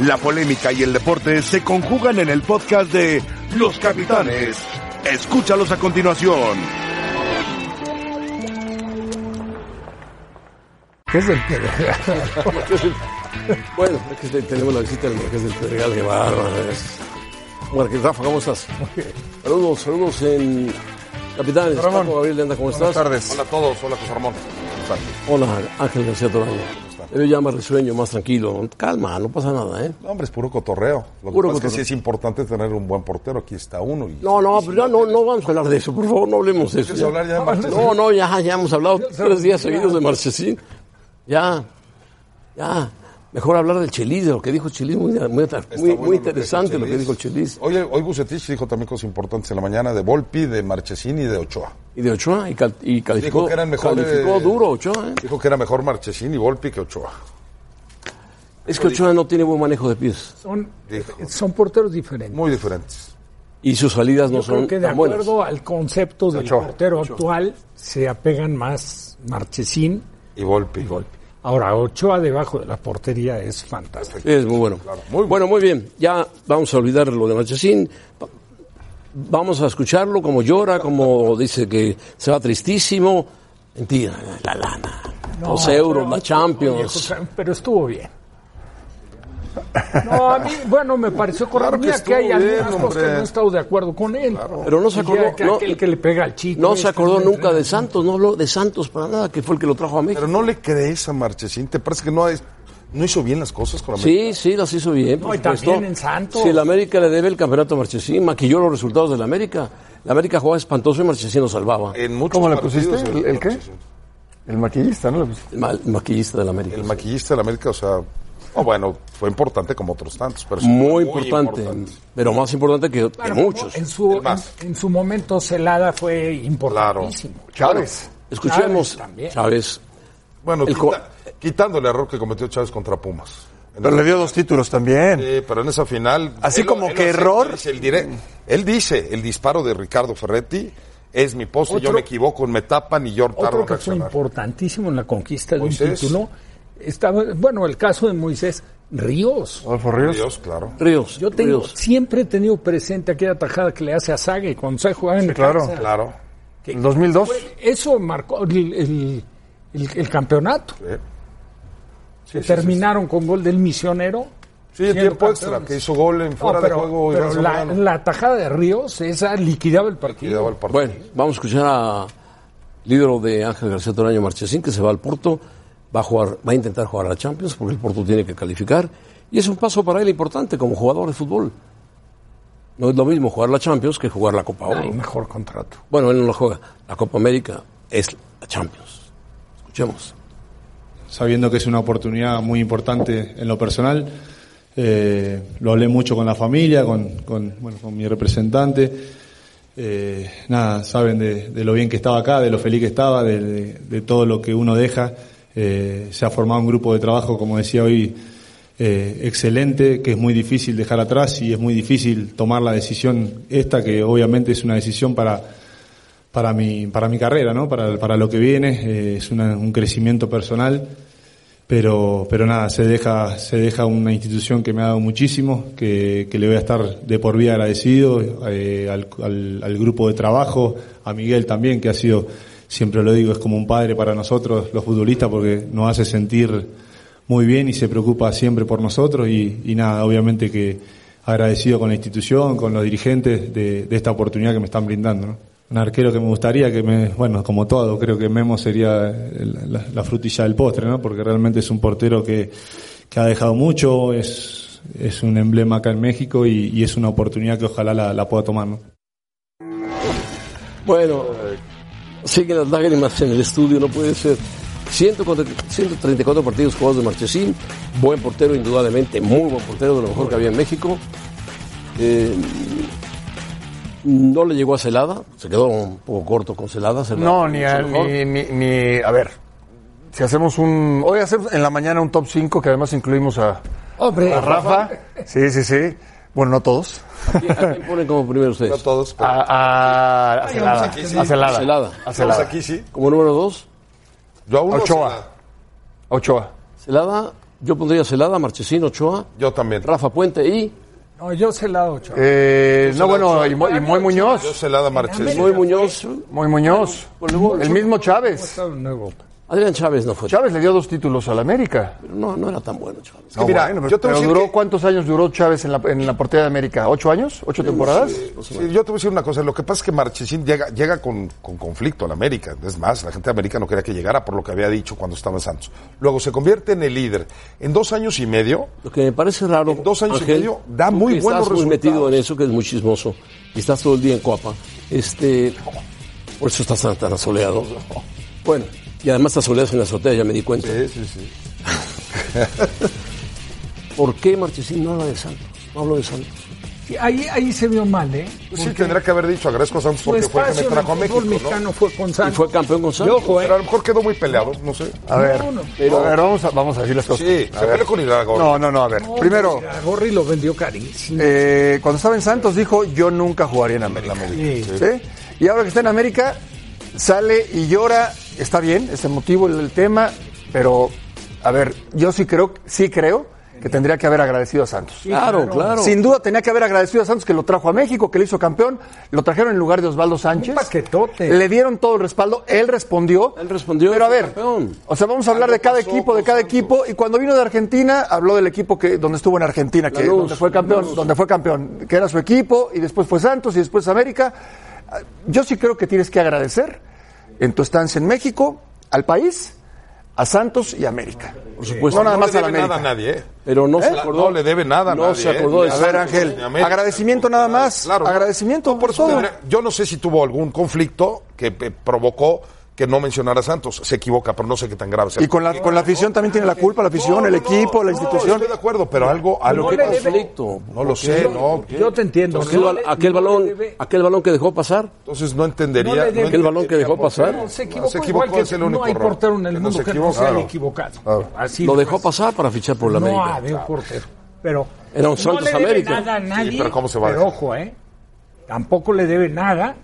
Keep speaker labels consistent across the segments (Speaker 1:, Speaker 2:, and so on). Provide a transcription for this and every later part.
Speaker 1: La polémica y el deporte se conjugan en el podcast de Los Capitanes. Escúchalos a continuación.
Speaker 2: ¿Qué es el Pedregal?
Speaker 3: Bueno, es que tenemos la visita del Marqués del Pedregal, qué bárbaro es. Marqués Rafa, ¿cómo estás? Saludos, saludos en Capitanes.
Speaker 2: Ramón.
Speaker 3: Paco Gabriel Landa, ¿cómo
Speaker 2: Buenas
Speaker 3: estás?
Speaker 2: tardes.
Speaker 4: Hola a todos, hola José Ramón.
Speaker 3: Hola, Ángel García Torano. Él ya más risueño, más tranquilo. Calma, no pasa nada, ¿eh?
Speaker 4: No, hombre, es puro cotorreo. Lo que
Speaker 3: Puro
Speaker 4: pasa es que
Speaker 3: cotorreo.
Speaker 4: sí es importante tener un buen portero. Aquí está uno. Y...
Speaker 3: No, no, pero ya no, no vamos a hablar de eso, por favor, no hablemos de eso.
Speaker 4: ¿Quieres hablar ya de Marchesín?
Speaker 3: No, no, ya, ya hemos hablado tres días seguidos de Marchesín. Ya, ya. Mejor hablar del Chelis, de lo que dijo Chelis, muy, muy, muy
Speaker 4: Está bueno lo que dijo
Speaker 3: interesante lo que
Speaker 4: Chelis.
Speaker 3: dijo el Chelis.
Speaker 4: Hoy, hoy Bucetich dijo también cosas importantes en la mañana de Volpi, de Marchesín y de Ochoa.
Speaker 3: Y de Ochoa, y, cal- y calificó,
Speaker 4: Dijo que eran mejores-
Speaker 3: calificó duro Ochoa, ¿eh?
Speaker 4: Dijo que era mejor Marchesín y Volpi que Ochoa.
Speaker 3: Es que Ochoa no tiene buen manejo de pies.
Speaker 2: Son,
Speaker 4: Hijo.
Speaker 2: son porteros diferentes.
Speaker 4: Muy diferentes.
Speaker 3: Y sus salidas no
Speaker 2: Yo creo
Speaker 3: son
Speaker 2: que de
Speaker 3: tan buenas.
Speaker 2: acuerdo al concepto del
Speaker 4: Ochoa,
Speaker 2: portero actual se apegan más Marchesín
Speaker 4: Y Volpi.
Speaker 2: y Golpe. Ahora, Ochoa debajo de la portería es fantástico.
Speaker 3: Sí, es muy bueno.
Speaker 4: muy
Speaker 3: bueno, muy bien. Ya vamos a olvidar lo de Marchesín. Va- Vamos a escucharlo como llora, como dice que se va tristísimo. Mentira, la lana. los euros,
Speaker 2: pero-
Speaker 3: la Champions.
Speaker 2: Oye, José, pero estuvo bien. No, a mí, bueno, me pareció correcto.
Speaker 4: Claro que
Speaker 2: Mira que hay
Speaker 4: estuvo bien,
Speaker 2: algunas cosas que
Speaker 4: hombre.
Speaker 2: no he estado de acuerdo con él.
Speaker 3: Pero no se
Speaker 2: Y
Speaker 3: acordó,
Speaker 2: ya que
Speaker 3: no-
Speaker 2: aquel que le pega al chico.
Speaker 3: no se
Speaker 2: este,
Speaker 3: acordó
Speaker 2: ¿no?
Speaker 3: nunca de Santos, no habló de Santos para nada, que fue el que lo trajo a México.
Speaker 4: Pero no le crees a Marchesín. ¿Te parece que no, es- no hizo bien las cosas con América?
Speaker 3: Sí, sí, las hizo bien. por
Speaker 2: No, y también
Speaker 3: supuesto.
Speaker 2: en Santos.
Speaker 3: Sí, la América le debe el campeonato a Marchesín, maquilló los resultados de la América. La América jugaba espantoso y Marchesín lo salvaba.
Speaker 4: En muchos
Speaker 5: ¿Cómo la
Speaker 4: partidos,
Speaker 5: pusiste? ¿El- el qué?
Speaker 4: Marchesín.
Speaker 5: El maquillista, ¿no? Lo pusiste.
Speaker 3: El, ma- el maquillista de la América.
Speaker 4: El maquillista de la América, o sea. oh, bueno, fue importante como otros tantos. Pero sí fue
Speaker 3: muy, importante, pero más importante que, que
Speaker 2: Claro,
Speaker 3: muchos.
Speaker 2: En su,
Speaker 4: El más.
Speaker 2: en, en su momento Celada fue importantísimo.
Speaker 5: Chávez.
Speaker 3: Escuchemos,
Speaker 2: Chávez también.
Speaker 3: Chávez,
Speaker 4: Bueno,
Speaker 3: El
Speaker 4: quita- quitando el error que cometió Chávez contra Pumas. En
Speaker 5: Pero
Speaker 4: esa-
Speaker 5: le dio dos títulos también.
Speaker 4: Eh, pero en esa final.
Speaker 5: Así
Speaker 4: lo-
Speaker 5: como
Speaker 4: lo
Speaker 5: que
Speaker 4: acepta,
Speaker 5: error.
Speaker 4: dice el dire- él dice: el disparo de Ricardo Ferretti es mi poste, yo
Speaker 2: Otro-
Speaker 4: me equivoco, me tapan y yo tardo
Speaker 2: Otro
Speaker 4: en
Speaker 2: que fue
Speaker 4: reaccionar.
Speaker 2: importantísimo en la conquista de un
Speaker 4: Moisés.
Speaker 2: título. Estaba, bueno, el caso de Moisés Ríos.
Speaker 5: Adolfo Ríos.
Speaker 4: Dios, claro.
Speaker 3: Ríos.
Speaker 2: Yo tengo,
Speaker 3: Ríos.
Speaker 2: siempre he tenido presente aquella tajada que le hace a Sague cuando se jugaba en
Speaker 5: Sí,
Speaker 2: el
Speaker 5: claro.
Speaker 4: Claro.
Speaker 5: El 2002.
Speaker 2: Eso marcó el, el- el- el campeonato.
Speaker 4: Sí. Sí, sí, sí,
Speaker 2: Terminaron con gol del misionero.
Speaker 4: Sí, el
Speaker 2: siendo
Speaker 4: tiempo extra,
Speaker 2: campeones.
Speaker 4: que hizo gol en
Speaker 2: No,
Speaker 4: fuera
Speaker 2: pero,
Speaker 4: de juego.
Speaker 2: pero
Speaker 4: Iván
Speaker 2: la,
Speaker 4: Zambrano.
Speaker 2: la tajada de Ríos, esa liquidaba el
Speaker 4: Y daba el
Speaker 2: partido.
Speaker 4: partido.
Speaker 3: Bueno, vamos a escuchar a líder de Ángel García Toraño Marchesín, que se va al Porto, va a jugar, va a intentar jugar a la Champions, porque el Porto tiene que calificar, y es un paso para él importante como jugador de fútbol. No es lo mismo jugar la Champions que jugar la Copa Oro.
Speaker 2: Ay, mejor contrato.
Speaker 3: Bueno, él no lo juega. La Copa América es la Champions. Escuchemos.
Speaker 6: sabiendo que es una oportunidad muy importante en lo personal. Eh, lo hablé mucho con la familia, con, con, bueno, con mi representante. Eh, nada, saben de, de lo bien que estaba acá, de lo feliz que estaba, de, de- de todo lo que uno deja. Eh, se ha formado un grupo de trabajo, como decía hoy, eh, excelente, que es muy difícil dejar atrás y es muy difícil tomar la decisión esta, que obviamente es una decisión para, para mi, para mi carrera, ¿no? para, para lo que viene. eh, es una- un crecimiento personal, pero, pero nada, se deja, se deja una institución que me ha dado muchísimo, que, que le voy a estar de por vida agradecido, eh, al, al- al grupo de trabajo, a Miguel también, que ha sido, siempre lo digo, es como un padre para nosotros, los futbolistas, porque nos hace sentir muy bien y se preocupa siempre por nosotros y, y nada, obviamente que agradecido con la institución, con los dirigentes de, de esta oportunidad que me están brindando. ¿no? Un arquero que me gustaría que me, bueno, como todo, creo que Memo sería el- la, la frutilla del postre, ¿no? porque realmente es un portero que, que ha dejado mucho, es, es un emblema acá en México y, y es una oportunidad que ojalá la, la pueda tomar. ¿no?
Speaker 3: Bueno, siguen las lágrimas en el estudio, no puede ser. 134 partidos jugados de Marchesín, buen portero indudablemente, muy buen portero, de lo mejor que había en México. Eh, no le llegó a Celada, se quedó un poco corto con Celada. Celada
Speaker 5: Eh, No,
Speaker 3: fue
Speaker 5: ni,
Speaker 3: mucho
Speaker 5: a-
Speaker 3: mejor.
Speaker 5: ni, ni, ni- A ver. Si hacemos un. Hoy hacemos en la mañana un top 5 que además incluimos a,
Speaker 2: Hombre,
Speaker 4: Pues,
Speaker 5: a Rafa. Sí, sí, sí. Bueno, no todos.
Speaker 3: ¿A quién- a quién ponen como primero
Speaker 4: No
Speaker 3: ustedes?
Speaker 4: todos, pero
Speaker 5: A, a, a Celada.
Speaker 4: aquí sí.
Speaker 5: A Celada.
Speaker 3: A Celada.
Speaker 5: A
Speaker 4: estamos
Speaker 5: Celada.
Speaker 4: aquí, sí.
Speaker 3: Como número dos,
Speaker 4: Yo aún no sé
Speaker 5: Ochoa.
Speaker 4: nada.
Speaker 5: A Ochoa.
Speaker 3: Celada Yo pondría Celada, Marchesín, Ochoa,
Speaker 4: Yo también.
Speaker 3: Rafa Puente y
Speaker 2: No, yo se la doy, Ochoa.
Speaker 5: Eh, no, bueno, y, Mo- y Moy
Speaker 4: Yo
Speaker 5: Muñoz.
Speaker 4: Celada Marchesín.
Speaker 3: Moy Muñoz.
Speaker 5: Moy Muñoz. El mismo Chávez.
Speaker 2: Está de nuevo.
Speaker 3: Adrián Chávez no fue.
Speaker 5: Chávez le dio dos títulos al América.
Speaker 3: pero No, no era tan bueno Chávez.
Speaker 5: No,
Speaker 4: mira,
Speaker 5: bueno, pero,
Speaker 4: yo te voy a
Speaker 5: pero
Speaker 4: decir
Speaker 5: duró
Speaker 4: que-
Speaker 5: cuántos años duró Chávez en la, en la portería de América? ¿Ocho años? ¿Ocho temporadas?
Speaker 4: Sí, yo te voy a decir una cosa, lo que pasa es que Marchesín llega, llega con, con conflicto al América, es más, la gente de América no quería que llegara por lo que había dicho cuando estaba en Santos. Luego se convierte en el líder. En dos años y medio,
Speaker 3: Lo que me parece raro.
Speaker 4: En dos años y
Speaker 3: Ángel,
Speaker 4: medio da
Speaker 3: tú
Speaker 4: muy
Speaker 3: que
Speaker 4: buenos
Speaker 3: estás muy
Speaker 4: resultados.
Speaker 3: metido en eso, que es muy chismoso. y estás todo el día en Coapa. Este, por eso estás tan, tan asoleado. Bueno, y además te asoleas en la azotea, ya me di cuenta. ¿Por qué Marchesín no habla de Santos? No hablo de Santos.
Speaker 2: Sí, Ahí, ahí se vio mal, ¿eh?
Speaker 4: pues sí tendría que haber dicho, agradezco a Santos
Speaker 2: Su
Speaker 4: porque fue el
Speaker 2: espacio
Speaker 4: que me
Speaker 2: en el
Speaker 4: trajo a México.
Speaker 2: fútbol
Speaker 4: ¿no?
Speaker 2: mexicano fue con
Speaker 3: Y
Speaker 2: Santos.
Speaker 3: fue campeón con
Speaker 2: Y
Speaker 3: Santos.
Speaker 2: ojo, ¿eh?
Speaker 4: Pero a lo mejor quedó muy peleado, no sé.
Speaker 5: A ver,
Speaker 2: No, no,
Speaker 5: a ver, vamos a, vamos a decir las cosas.
Speaker 4: Sí,
Speaker 5: A
Speaker 4: se
Speaker 5: ver.
Speaker 4: peleó con Hidalgo.
Speaker 5: No, no, no, a ver. Primero,
Speaker 2: Gorri lo vendió carísimo.
Speaker 5: eh, cuando estaba en Santos dijo, yo nunca jugaría en América. ¿Sí? Y ahora que está en América, sale y llora, está bien, es emotivo el, el tema, pero, a ver, yo sí creo, sí creo que tendría que haber agradecido a Santos.
Speaker 3: Claro, claro.
Speaker 5: Sin duda tenía que haber agradecido a Santos que lo trajo a México, que le hizo campeón, lo trajeron en lugar de Osvaldo Sánchez.
Speaker 2: Un paquetote.
Speaker 5: Le dieron todo el respaldo, él respondió.
Speaker 3: Él respondió,
Speaker 5: Pero a
Speaker 3: fue
Speaker 5: ver,
Speaker 3: campeón.
Speaker 5: o sea, vamos a hablar de cada equipo, de cada equipo. Y cuando vino de Argentina, habló del equipo que donde estuvo en Argentina, que
Speaker 3: Lanús,
Speaker 5: donde fue campeón, donde fue campeón, que era su equipo y después fue Santos y después América. Ah, Yo sí creo que tienes que agradecer en tu estancia en México al país, a Santos y a América.
Speaker 3: Por supuesto.
Speaker 5: No, nada
Speaker 4: no
Speaker 5: más
Speaker 4: le
Speaker 5: a la
Speaker 4: debe nada a
Speaker 5: América.
Speaker 4: nadie, ¿eh?
Speaker 3: Pero no se acordó.
Speaker 4: No le debe nada a
Speaker 3: No
Speaker 4: nadie,
Speaker 3: se
Speaker 4: ¿eh?
Speaker 3: acordó de
Speaker 5: A ver,
Speaker 3: Santos.
Speaker 5: Ángel,
Speaker 4: ni América,
Speaker 5: agradecimiento nada más.
Speaker 4: Claro.
Speaker 5: agradecimiento por
Speaker 4: Eso
Speaker 5: todo.
Speaker 4: tendría- yo no sé si tuvo algún conflicto que eh, provocó que no mencionara a Santos. Se equivoca, pero no sé qué tan grave sea.
Speaker 5: Y con la, con la afición también tiene la culpa, la afición, el equipo, la institución.
Speaker 4: Estoy de acuerdo, pero algo, algo
Speaker 3: ¿Qué
Speaker 4: que pasó.
Speaker 3: conflicto?
Speaker 4: No lo sé, no.
Speaker 2: Yo te entiendo.
Speaker 3: Aquel,
Speaker 2: no
Speaker 3: bal-
Speaker 2: le-
Speaker 3: aquel
Speaker 2: no le
Speaker 3: balón,
Speaker 2: debe-
Speaker 3: aquel balón que dejó pasar.
Speaker 4: Entonces no entendería.
Speaker 2: No le debe-
Speaker 3: Aquel balón que dejó
Speaker 4: entendería por qué.
Speaker 3: pasar.
Speaker 2: No, se equivocó,
Speaker 4: Se equivocó,
Speaker 2: igual que
Speaker 4: es el único
Speaker 2: no hay
Speaker 4: error.
Speaker 2: portero en el
Speaker 4: Que no
Speaker 2: mundo que
Speaker 4: se
Speaker 2: no
Speaker 4: equivoca,
Speaker 2: se haya
Speaker 4: claro. Ah,
Speaker 2: equivocado. Así
Speaker 3: Lo
Speaker 2: de
Speaker 3: dejó
Speaker 2: fácil.
Speaker 3: pasar para fichar por la
Speaker 2: No
Speaker 3: América.
Speaker 2: había un portero. Pero
Speaker 3: Era un
Speaker 2: no
Speaker 3: Santos
Speaker 2: le debe
Speaker 3: América.
Speaker 2: nada a nadie.
Speaker 4: pero ¿cómo se va a
Speaker 2: pero
Speaker 4: dejar?
Speaker 2: ojo, ¿eh? Tampoco le debe nada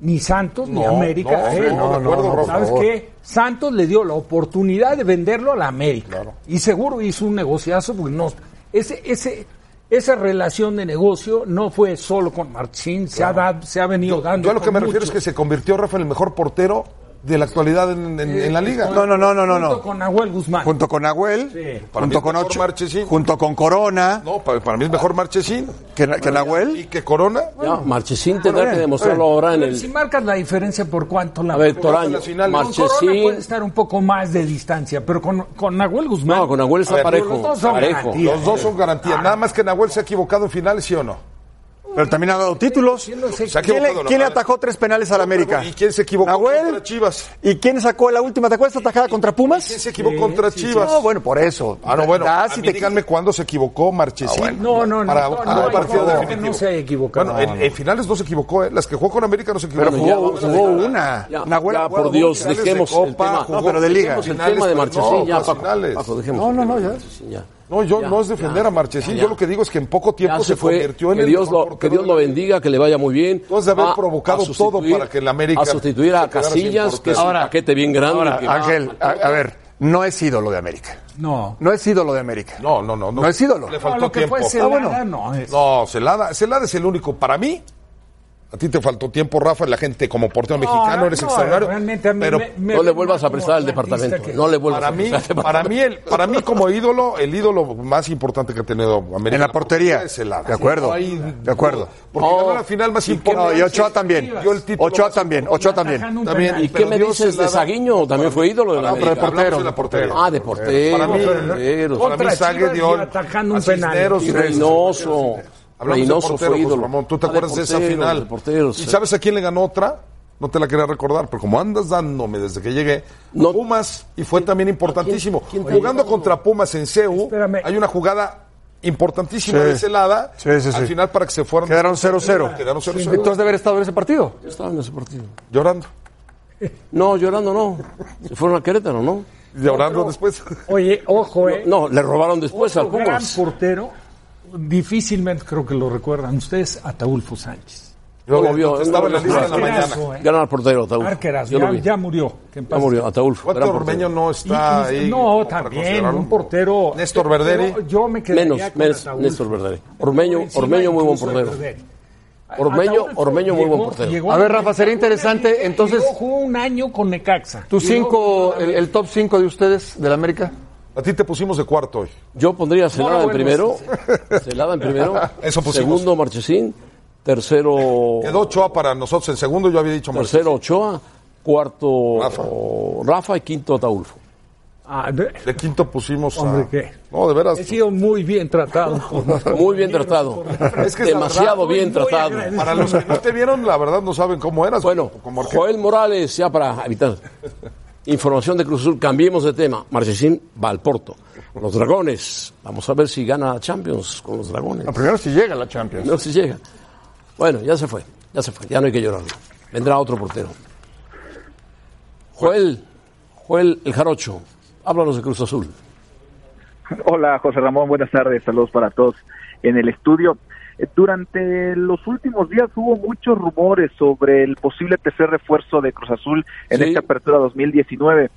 Speaker 2: ni Santos ni América.
Speaker 4: no,
Speaker 2: a él.
Speaker 4: sí, no, de acuerdo, por
Speaker 2: ¿Sabes
Speaker 4: favor.
Speaker 2: qué? Santos le dio la oportunidad de venderlo a la América. Y seguro hizo un negociazo porque no. Ese, ese, esa relación de negocio no fue solo con Martín, se, ha dado- se ha venido dando.
Speaker 4: Yo a lo que
Speaker 2: con
Speaker 4: me refiero es
Speaker 2: muchos.
Speaker 4: que se convirtió Rafa en el mejor portero de la actualidad en, en- en la liga.
Speaker 5: No, no, no, no, no.
Speaker 2: Junto
Speaker 5: no.
Speaker 2: con Nahuel Guzmán.
Speaker 5: Junto con Nahuel,
Speaker 2: Sí.
Speaker 4: Para mí
Speaker 5: junto con
Speaker 4: mejor
Speaker 5: Ocho,
Speaker 4: Marchesín.
Speaker 5: junto con Corona,
Speaker 4: No, pa- para, mí es mejor Marchesín
Speaker 5: que, que
Speaker 4: y
Speaker 5: Nahuel.
Speaker 4: que Corona.
Speaker 3: Ya, Marchesín tendrá
Speaker 5: bien,
Speaker 3: que demostrarlo ahora en
Speaker 2: Pero eh, Si
Speaker 3: el.
Speaker 2: marcas la diferencia por cuánto la
Speaker 3: A ver,
Speaker 4: en
Speaker 3: Toraño.
Speaker 4: las finales.
Speaker 2: Con Corona puede
Speaker 3: Marchesín.
Speaker 2: estar un poco más de distancia, pero con, con Nahuel Guzmán.
Speaker 3: No, con Nahuel
Speaker 4: A
Speaker 3: está
Speaker 4: ver,
Speaker 2: los
Speaker 3: parejo.
Speaker 2: dos son Ah.
Speaker 3: Parejo.
Speaker 2: garantías.
Speaker 4: Los dos son garantía. Nada más que Nahuel se ha equivocado en finales, ¿sí o no?
Speaker 5: Pero también ha dado títulos.
Speaker 2: Sí, no sé.
Speaker 4: Se ha
Speaker 5: ¿Quién le,
Speaker 4: equivocado,
Speaker 5: quién le
Speaker 4: Nahuel.
Speaker 5: atajó tres penales al América?
Speaker 4: ¿Y quién se equivocó
Speaker 5: Nahuel.
Speaker 4: contra Chivas?
Speaker 5: ¿Y quién sacó la última? ¿Te acuerdas esta atajada contra Pumas?
Speaker 4: ¿Quién se equivocó contra Chivas?
Speaker 5: No, bueno, por eso.
Speaker 4: Ah, no, bueno.
Speaker 5: Das
Speaker 4: a
Speaker 5: y
Speaker 4: mí
Speaker 5: te-
Speaker 4: díganme cuándo se equivocó Marchesín.
Speaker 2: No, no, no.
Speaker 4: Para
Speaker 2: no,
Speaker 4: para
Speaker 2: no,
Speaker 4: el partido
Speaker 2: no, no,
Speaker 4: definitivo.
Speaker 2: no se haya equivocado.
Speaker 4: Bueno, en, en finales no se equivocó, ¿eh? Las que jugó con América no se equivocó.
Speaker 5: Pero
Speaker 3: ya
Speaker 5: jugó,
Speaker 3: vamos a
Speaker 5: jugó
Speaker 3: dejar.
Speaker 5: una.
Speaker 3: Ya,
Speaker 5: Nahuel
Speaker 3: ya,
Speaker 5: ha
Speaker 3: por
Speaker 5: jugado
Speaker 3: Dios,
Speaker 5: finales de
Speaker 3: dejemos el
Speaker 4: Copa,
Speaker 3: tema.
Speaker 4: jugó-
Speaker 5: No, pero de liga.
Speaker 3: Dejemos el
Speaker 4: finales,
Speaker 3: tema de
Speaker 4: pero
Speaker 3: Marchesín
Speaker 4: no,
Speaker 3: ya,
Speaker 4: las
Speaker 3: Paco.
Speaker 4: finales.
Speaker 3: Paco, dejemos
Speaker 5: No,
Speaker 3: el
Speaker 5: no,
Speaker 3: tema
Speaker 5: no,
Speaker 3: de
Speaker 5: ya.
Speaker 3: Marchesín, ya.
Speaker 4: No, yo
Speaker 3: Ya,
Speaker 4: no es defender
Speaker 3: ya,
Speaker 4: a Marchesín.
Speaker 3: ya.
Speaker 4: Yo lo que digo es que en poco
Speaker 3: Ya
Speaker 4: tiempo se,
Speaker 3: se fue.
Speaker 4: convirtió en
Speaker 3: Que
Speaker 4: el
Speaker 3: Dios,
Speaker 4: mejor
Speaker 3: lo, que
Speaker 4: portero
Speaker 3: Dios
Speaker 4: de
Speaker 3: lo
Speaker 4: la-
Speaker 3: bendiga, que le vaya muy bien.
Speaker 4: Entonces, haber
Speaker 3: Va
Speaker 4: provocado
Speaker 3: a sustituir-
Speaker 4: todo para que el América
Speaker 3: A sustituir a
Speaker 4: se quedara sin
Speaker 3: Casillas, que es un
Speaker 5: Ahora-
Speaker 3: paquete bien grande.
Speaker 5: Ahora,
Speaker 3: que va-
Speaker 5: Ángel, a, a ver, no es ídolo de América.
Speaker 2: No.
Speaker 5: No es ídolo de América.
Speaker 4: No, no, no.
Speaker 5: No es ídolo.
Speaker 4: Le
Speaker 2: No,
Speaker 4: faltó
Speaker 2: lo que
Speaker 4: tiempo. Ah,
Speaker 2: fue Celada,
Speaker 5: bueno.
Speaker 2: no. es-
Speaker 4: No, Celada, Celada es el único para mí. A ti te faltó tiempo, Rafa, la gente como portero mexicano,
Speaker 2: no,
Speaker 4: eres
Speaker 2: no,
Speaker 4: extraordinario.
Speaker 2: realmente a mí
Speaker 4: pero
Speaker 2: me- me
Speaker 3: No le
Speaker 2: ven
Speaker 3: vuelvas
Speaker 2: más
Speaker 3: a
Speaker 2: como
Speaker 3: prestar al
Speaker 2: atlantista
Speaker 3: departamento.
Speaker 2: que-
Speaker 3: No le vuelvas
Speaker 4: para
Speaker 3: a
Speaker 4: mí,
Speaker 3: prestar al
Speaker 4: para
Speaker 3: departamento.
Speaker 4: mí, el, para mí como ídolo, el ídolo más importante que ha tenido América.
Speaker 5: En la portería.
Speaker 4: es Celada.
Speaker 5: De acuerdo,
Speaker 4: No hay-
Speaker 5: de acuerdo.
Speaker 4: Porque
Speaker 3: Oh,
Speaker 4: ganó la final más
Speaker 3: ¿y qué
Speaker 5: No,
Speaker 4: importante.
Speaker 5: y Ochoa también.
Speaker 4: Dio el título
Speaker 5: Ochoa
Speaker 4: más-
Speaker 5: también, Ochoa también.
Speaker 2: Atajando un
Speaker 4: También.
Speaker 2: penal.
Speaker 3: ¿Y qué me
Speaker 4: Pero Dios
Speaker 3: dices de
Speaker 4: Celada-
Speaker 3: Saguinho? También fue ídolo de la
Speaker 4: No, pero de
Speaker 3: América.
Speaker 4: portero.
Speaker 5: Hablamos de la
Speaker 4: portero.
Speaker 3: Ah, de portero.
Speaker 4: Para mí,
Speaker 3: porteros.
Speaker 4: para mí
Speaker 2: Contra
Speaker 4: Sague
Speaker 2: Chivas
Speaker 4: dio
Speaker 2: y atajando un
Speaker 4: a
Speaker 2: penal.
Speaker 4: Cisneros
Speaker 3: Y
Speaker 4: y Reyes.
Speaker 3: Reynoso.
Speaker 4: Hablamos
Speaker 3: Reynoso
Speaker 4: de portero,
Speaker 3: fue ídolo.
Speaker 4: José Ramón. ¿Tú te
Speaker 3: Ah, de
Speaker 4: acuerdas de esa
Speaker 3: porteros,
Speaker 4: final?
Speaker 3: de porteros,
Speaker 4: ¿Y
Speaker 3: sí.
Speaker 4: sabes a quién le ganó otra? No te la quería recordar, pero como andas dándome desde que llegué,
Speaker 3: No.
Speaker 4: Pumas, y fue también importantísimo.
Speaker 3: quién te
Speaker 4: Jugando contra Pumas en CEU,
Speaker 2: Espérame.
Speaker 4: hay una jugada importantísima
Speaker 5: Sí.
Speaker 4: de Celada,
Speaker 5: Sí, sí, sí.
Speaker 4: al final para que se fueran...
Speaker 5: Quedaron 0-0.
Speaker 4: Quedaron 0-0.
Speaker 5: Entonces de haber estado en ese partido.
Speaker 3: Yo estaba en ese partido.
Speaker 4: Llorando.
Speaker 3: No, llorando no. Se fueron a Querétaro, ¿no?
Speaker 4: Llorando después.
Speaker 2: Oye, ojo, ¿eh?
Speaker 3: No, le robaron después al
Speaker 2: Otro gran
Speaker 3: Pumas.
Speaker 2: portero, difícilmente creo que lo recuerdan ustedes, Ataulfo Sánchez.
Speaker 3: No lo vio.
Speaker 4: Estaba en la lista en la
Speaker 2: Arquerazo,
Speaker 4: mañana.
Speaker 2: eh.
Speaker 3: Gana al portero, Ataúl.
Speaker 2: Arquerazo,
Speaker 3: Yo lo
Speaker 2: ya,
Speaker 3: vi.
Speaker 2: ya murió. que en
Speaker 3: Ya
Speaker 2: paz
Speaker 3: murió, Ataúlfo.
Speaker 4: Héctor
Speaker 3: gran portero.
Speaker 4: Ormeño no
Speaker 2: Y-
Speaker 4: está
Speaker 2: y-
Speaker 4: ahí.
Speaker 2: no,
Speaker 4: como para
Speaker 2: también,
Speaker 4: considerarlo.
Speaker 2: un portero.
Speaker 4: Néstor Verderi.
Speaker 2: Pero Yo me quedaría
Speaker 3: Menos,
Speaker 2: con
Speaker 3: menos
Speaker 2: Ataúd.
Speaker 3: Néstor Verderi. Ormeño-
Speaker 2: Por encima
Speaker 3: Ormeño, muy buen
Speaker 2: incluso de
Speaker 3: portero.
Speaker 2: Verderi.
Speaker 3: Ormeño-
Speaker 2: Ataúd
Speaker 3: Ormeño, muy buen portero.
Speaker 5: A ver, Rafa, sería
Speaker 2: Llegó un
Speaker 5: interesante,
Speaker 2: año-
Speaker 5: entonces-
Speaker 2: llegó, jugó un año con Necaxa.
Speaker 5: ¿Tu cinco, el, el top 5 de ustedes de la América?
Speaker 4: A ti te pusimos de cuarto hoy.
Speaker 3: Yo pondría a Celada
Speaker 2: No,
Speaker 3: en
Speaker 2: bueno,
Speaker 3: primero. Celada en primero.
Speaker 4: Eso pusimos.
Speaker 3: Segundo, Marchesín. Tercero,
Speaker 4: Quedó Ochoa para nosotros en segundo, yo había dicho
Speaker 3: tercero
Speaker 4: Marcelo.
Speaker 3: Ochoa. Cuarto,
Speaker 4: Rafa.
Speaker 3: Rafa y quinto, Ataulfo.
Speaker 2: Ah, de-
Speaker 4: De quinto pusimos a...
Speaker 2: Hombre, ¿qué?
Speaker 4: No, de veras.
Speaker 2: He sido muy bien tratado.
Speaker 3: Muy bien tratado.
Speaker 4: Es que es la
Speaker 3: Demasiado
Speaker 4: verdad,
Speaker 3: bien
Speaker 2: muy
Speaker 3: tratado.
Speaker 2: agradecido.
Speaker 4: Para los que no te vieron, la verdad no saben cómo eras.
Speaker 3: Bueno,
Speaker 4: Como arque-
Speaker 3: Joel Morales, ya para evitar. Información de Cruz Azul, cambiemos de tema. Marchesín va al Porto. Los Dragones. Vamos a ver si gana Champions con los Dragones.
Speaker 4: Ah,
Speaker 5: No, primero si llega la Champions.
Speaker 3: No si llega. Bueno, ya se fue. Ya se fue. Ya no hay que llorar. Vendrá otro portero. Joel. Joel el Jarocho. Háblanos de Cruz Azul.
Speaker 7: Hola, José Ramón, buenas tardes. Saludos para todos en el estudio. Eh, Durante los últimos días hubo muchos rumores sobre el posible tercer refuerzo de Cruz Azul en
Speaker 3: Sí.
Speaker 7: esta apertura 2019.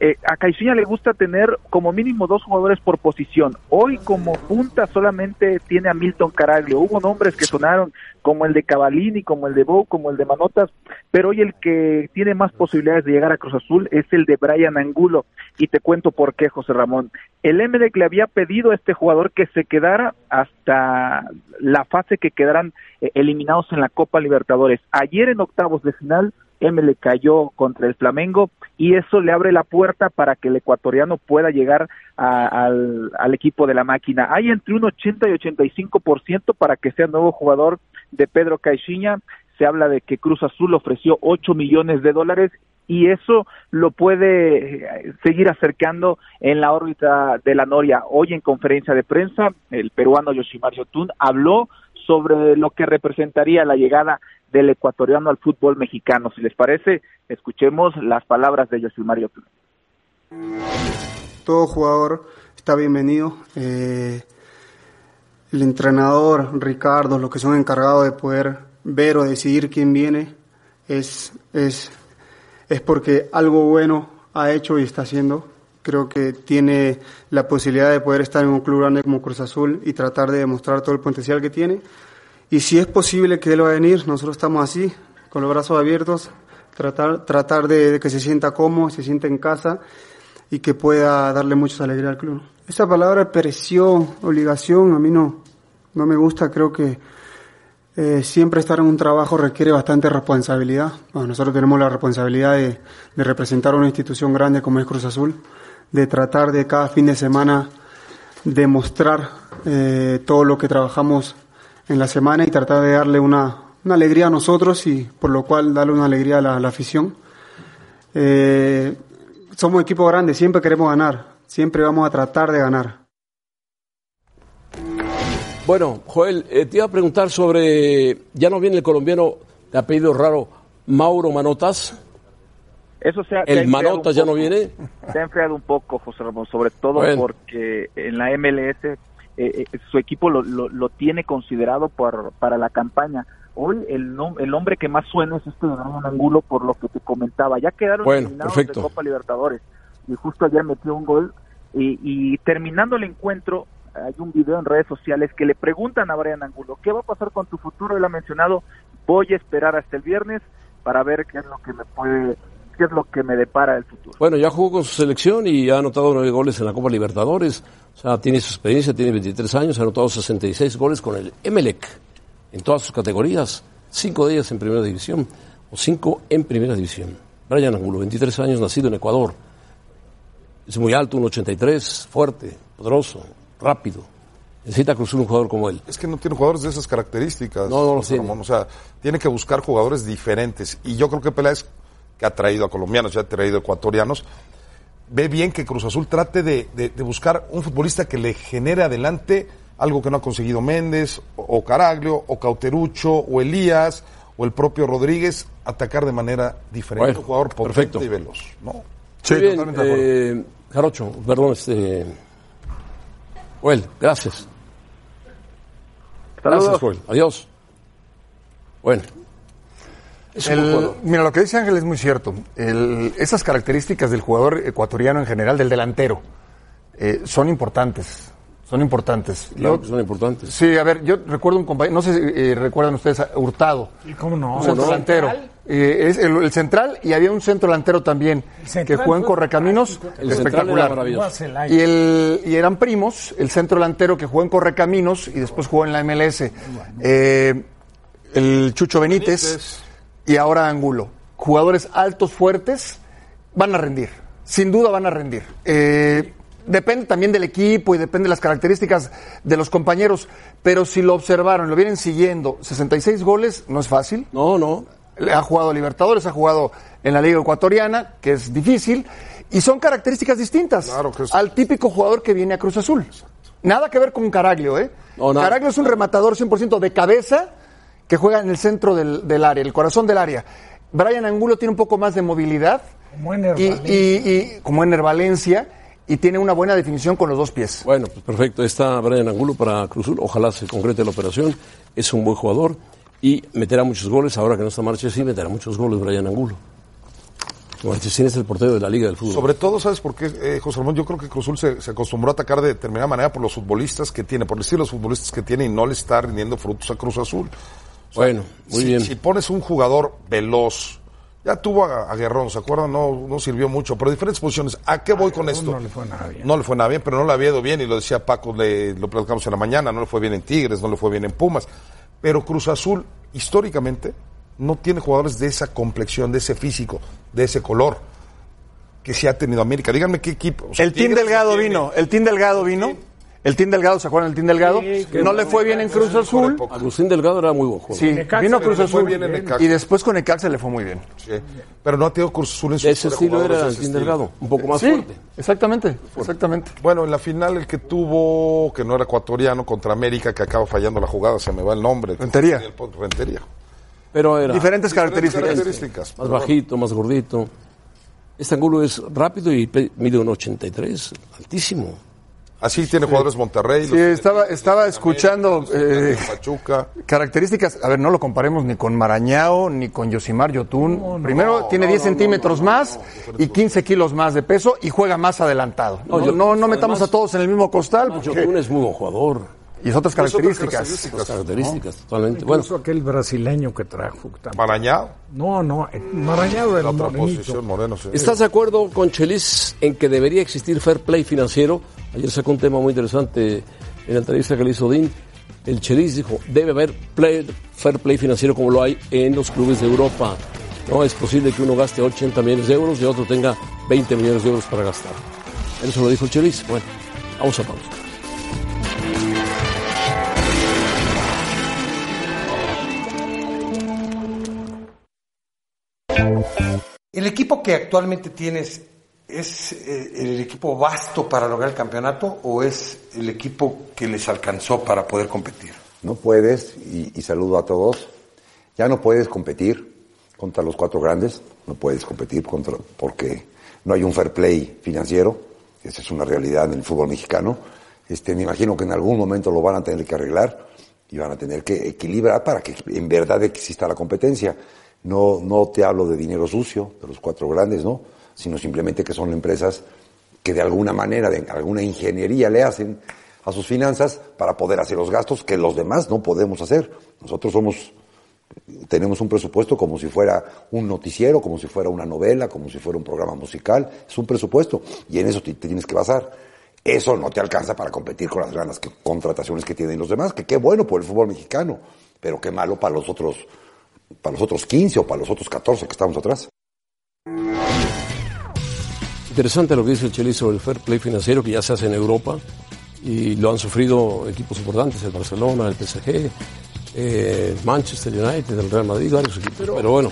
Speaker 7: Eh, a Caixinha le gusta tener como mínimo dos jugadores por posición. Hoy como punta solamente tiene a Milton Caraglio. Hubo nombres que sonaron como el de Cavalini, como el de Bow, como el de Manotas, pero hoy el que tiene más posibilidades de llegar a Cruz Azul es el de Brian Angulo. Y te cuento por qué, José Ramón. El Emelec le había pedido a este jugador que se quedara hasta la fase que quedaran eh, eliminados en la Copa Libertadores. Ayer en octavos de final le cayó contra el Flamengo y eso le abre la puerta para que el ecuatoriano pueda llegar a- al, al equipo de la máquina. Hay entre un 80 y 85% para que sea nuevo jugador de Pedro Caixinha. Se habla de que Cruz Azul ofreció 8 millones de dólares y eso lo puede eh, seguir acercando en la órbita de la Noria. Hoy en conferencia de prensa, el peruano Yoshimar Yotun habló sobre lo que representaría la llegada del ecuatoriano al fútbol mexicano. Si les parece, escuchemos las palabras de Yoshimar Yotun.
Speaker 8: todo jugador está bienvenido. Eh, el entrenador, Ricardo, los que son encargados de poder ver o decidir quién viene, es, es, es porque algo bueno ha hecho y está haciendo. Creo que tiene la posibilidad de poder estar en un club grande como Cruz Azul y tratar de demostrar todo el potencial que tiene. Y si es posible que él va a venir, nosotros estamos así, con los brazos abiertos, tratar, tratar de, de que se sienta cómodo, se sienta en casa y que pueda darle mucha alegría al club. Esa palabra presión, obligación, a mí no, no me gusta, creo que eh, siempre estar en un trabajo requiere bastante responsabilidad. Bueno, nosotros tenemos la responsabilidad de, de representar una institución grande como es Cruz Azul, de tratar de cada fin de semana demostrar eh, todo lo que trabajamos en la semana y tratar de darle una, una alegría a nosotros y por lo cual darle una alegría a la, a la afición. Eh, somos equipo grande, siempre queremos ganar, siempre vamos a tratar de ganar.
Speaker 3: Bueno, Joel, eh, te iba a preguntar sobre. Ya no viene el colombiano de apellido raro, Mauro Manotas.
Speaker 7: Eso se ha- se ha
Speaker 3: El
Speaker 7: enfriado
Speaker 3: Manotas
Speaker 7: un
Speaker 3: ya no
Speaker 7: poco.
Speaker 3: viene.
Speaker 7: Se ha enfriado un poco, José Ramón, sobre todo
Speaker 3: Bueno.
Speaker 7: porque en la MLS eh, eh, su equipo lo, lo- lo tiene considerado por- para la campaña. Hoy el, nom- el hombre que más suena es este de Brian Angulo, por lo que te comentaba. Ya quedaron
Speaker 3: Bueno,
Speaker 7: eliminados
Speaker 3: perfecto.
Speaker 7: de Copa Libertadores y justo ayer metió un gol. Y, y terminando el encuentro, hay un video en redes sociales que le preguntan a Brian Angulo, ¿qué va a pasar con tu futuro? Él ha mencionado, voy a esperar hasta el viernes para ver qué es lo que me puede, qué es lo que me depara el futuro.
Speaker 3: Bueno, ya jugó con su selección y ha anotado nueve goles en la Copa Libertadores. O sea, tiene su experiencia, tiene 23 años, ha anotado 66 goles con el Emelec en todas sus categorías, cinco de ellas en Primera División o cinco en Primera División. Brian Angulo, 23 años, nacido en Ecuador. Es muy alto, un 83, fuerte, poderoso, rápido. Necesita cruzar un jugador como él.
Speaker 4: Es que no tiene jugadores de esas características.
Speaker 3: No, no los
Speaker 4: José
Speaker 3: tiene.
Speaker 4: Ramón. O sea, tiene que buscar jugadores diferentes. Y yo creo que Peláez, que ha traído a colombianos, ya ha traído a ecuatorianos, ve bien que Cruz Azul trate de, de- de buscar un futbolista que le genere adelante algo que no ha conseguido Méndez, o, o Caraglio, o Cauterucho, o Elías, o el propio Rodríguez, atacar de manera diferente.
Speaker 3: Bueno,
Speaker 4: un jugador potente
Speaker 3: perfecto.
Speaker 4: y veloz. ¿no?
Speaker 3: Muy bien, eh, Jarocho, perdón, este. Joel, gracias. Gracias, Joel. Adiós. Bueno, Es un
Speaker 5: El-
Speaker 3: buen jugador.
Speaker 5: mira, lo que dice Ángel es muy cierto. El- esas características del jugador ecuatoriano en general, del delantero, eh, son importantes. Son importantes.
Speaker 3: Claro
Speaker 5: Yo-
Speaker 3: que son importantes.
Speaker 5: sí, a ver, yo recuerdo un compañero, no sé si eh, recuerdan ustedes a Hurtado.
Speaker 2: ¿Y cómo no?
Speaker 5: Un centro delantero. Eh, es el, el central y había un centro delantero también que
Speaker 2: central
Speaker 5: jugó en
Speaker 2: fue
Speaker 5: Correcaminos.
Speaker 2: fantástico.
Speaker 3: El central era
Speaker 5: espectacular.
Speaker 3: maravilloso.
Speaker 5: Y, el, y eran primos, el centro delantero que jugó en Correcaminos y después jugó en la MLS. Eh, el Chucho Benítez, y ahora Angulo. Jugadores altos, fuertes, van a rendir. Sin duda van a rendir. Eh, depende también del equipo y depende de las características de los compañeros. Pero si lo observaron, lo vienen siguiendo, 66 goles no es fácil.
Speaker 3: No, no.
Speaker 5: Ha jugado Libertadores, ha jugado en la Liga Ecuatoriana, que es difícil, y son características distintas
Speaker 4: Claro que es-
Speaker 5: al típico jugador que viene a Cruz Azul. Nada que ver con Caraglio, ¿eh?
Speaker 3: No, nada.
Speaker 5: Caraglio es un rematador 100% de cabeza que juega en el centro del, del área, el corazón del área. Brian Angulo tiene un poco más de movilidad.
Speaker 2: Como Ener
Speaker 5: y, y-
Speaker 2: Valencia.
Speaker 5: y- como Ener Valencia, y tiene una buena definición con los dos pies.
Speaker 3: Bueno, pues perfecto. Está Brian Angulo para Cruzul. Ojalá se concrete la operación. Es un buen jugador y meterá muchos goles. Ahora que no está Marchesín, meterá muchos goles Brian Angulo. Marchesín es el portero de la Liga del Fútbol.
Speaker 4: Sobre todo, ¿sabes por qué, eh, José Ramón? Yo creo que Cruzul se, se acostumbró a atacar de determinada manera por los futbolistas que tiene, por el estilo de los futbolistas que tiene y no le está rindiendo frutos a Cruz Azul.
Speaker 3: Bueno, muy
Speaker 4: si,
Speaker 3: bien.
Speaker 4: si pones un jugador veloz, ya tuvo a, a Guerrón, ¿se acuerdan? No, no sirvió mucho, pero diferentes posiciones. ¿A qué voy con esto?
Speaker 2: no le fue nada bien.
Speaker 4: No le fue nada bien, pero no le había ido bien, y lo decía Paco, le- lo platicamos en la mañana, no le fue bien en Tigres, no le fue bien en Pumas. Pero Cruz Azul, históricamente, no tiene jugadores de esa complexión, de ese físico, de ese color que se ha tenido América. Díganme qué equipo. O sea,
Speaker 5: El Team
Speaker 4: Tigres
Speaker 5: Delgado
Speaker 4: tiene-
Speaker 5: vino, el Team Delgado vino. El Team Delgado, ¿se acuerdan del Team Delgado? no le fue bien en Cruz Azul.
Speaker 3: Agustín Delgado era muy buen jugador.
Speaker 5: Sí,
Speaker 2: Necaxa,
Speaker 5: vino a
Speaker 2: pero
Speaker 5: Cruz
Speaker 4: le fue
Speaker 5: Azul
Speaker 4: bien en Necaxa.
Speaker 5: y después con Necaxa le fue muy bien.
Speaker 4: Sí, pero no ha tenido Cruz Azul en su
Speaker 3: De ese
Speaker 4: historia
Speaker 3: estilo
Speaker 4: jugadores
Speaker 3: era
Speaker 4: de ese
Speaker 3: Agustín
Speaker 4: estilo.
Speaker 3: Delgado. Un poco más
Speaker 5: sí,
Speaker 3: fuerte.
Speaker 5: exactamente, exactamente.
Speaker 4: Bueno, en la final el que tuvo, que no era ecuatoriano, contra América, que acaba fallando la jugada, se me va el nombre.
Speaker 5: Rentería.
Speaker 4: El po- Rentería.
Speaker 3: Pero era
Speaker 5: Diferentes características.
Speaker 4: características.
Speaker 3: más bajito, más gordito. Este Angulo es rápido y pe- mide un 83. Altísimo.
Speaker 4: Así tiene jugadores Monterrey.
Speaker 5: Sí, estaba, estaba escuchando eh,
Speaker 4: Pachuca.
Speaker 5: características. A ver, no lo comparemos ni con Marañao ni con Yosimar Yotun. Primero tiene 10 centímetros más y 15 kilos más de peso y juega más adelantado. No,
Speaker 3: No, yo-
Speaker 5: no, no metamos
Speaker 3: además-
Speaker 5: a todos en el mismo costal
Speaker 3: Ah,
Speaker 5: porque-
Speaker 3: Yotun es muy buen jugador.
Speaker 5: y es otras
Speaker 4: Es otra
Speaker 3: Las
Speaker 5: características.
Speaker 4: Pues, características.
Speaker 3: características, totalmente. Bueno,
Speaker 2: Incluso aquel brasileño que trajo. que tam-
Speaker 4: Marañao,
Speaker 2: No, no, eh, Marañado
Speaker 4: la
Speaker 2: era
Speaker 4: otra
Speaker 2: morenito.
Speaker 4: posición, Moreno. sí.
Speaker 3: ¿Estás de acuerdo con Chelis en que debería existir fair play financiero? Ayer sacó un tema muy interesante en la entrevista que le hizo Dean. El Chelis dijo, debe haber play- fair play financiero como lo hay en los clubes de Europa. No es posible que uno gaste 80 millones de euros y otro tenga 20 millones de euros para gastar. Eso lo dijo el Chelis. Bueno, vamos a pausa.
Speaker 9: El equipo que actualmente tienes es eh, el equipo vasto para lograr el campeonato o es el equipo que les alcanzó para poder competir.
Speaker 10: No puedes, y, y saludo a todos, ya no puedes competir contra los cuatro grandes, no puedes competir contra, porque no hay un fair play financiero, esa es una realidad en el fútbol mexicano. Este, me imagino que en algún momento lo van a tener que arreglar y van a tener que equilibrar para que en verdad exista la competencia. No, no te hablo de dinero sucio, de los cuatro grandes, ¿no? Sino simplemente que son empresas que de alguna manera, de alguna ingeniería le hacen a sus finanzas para poder hacer los gastos que los demás no podemos hacer. Nosotros somos, tenemos un presupuesto como si fuera un noticiero, como si fuera una novela, como si fuera un programa musical. Es un presupuesto y en eso te, te tienes que basar. Eso no te alcanza para competir con las grandes que- contrataciones que tienen los demás, que qué bueno por el fútbol mexicano, pero qué malo para los otros, para los otros 15 o para los otros 14 que estamos atrás.
Speaker 3: Interesante lo que dice el Chelis sobre el fair play financiero que ya se hace en Europa y lo han sufrido equipos importantes, el Barcelona, el PSG, eh, Manchester United, el Real Madrid, varios equipos. Pero, bueno,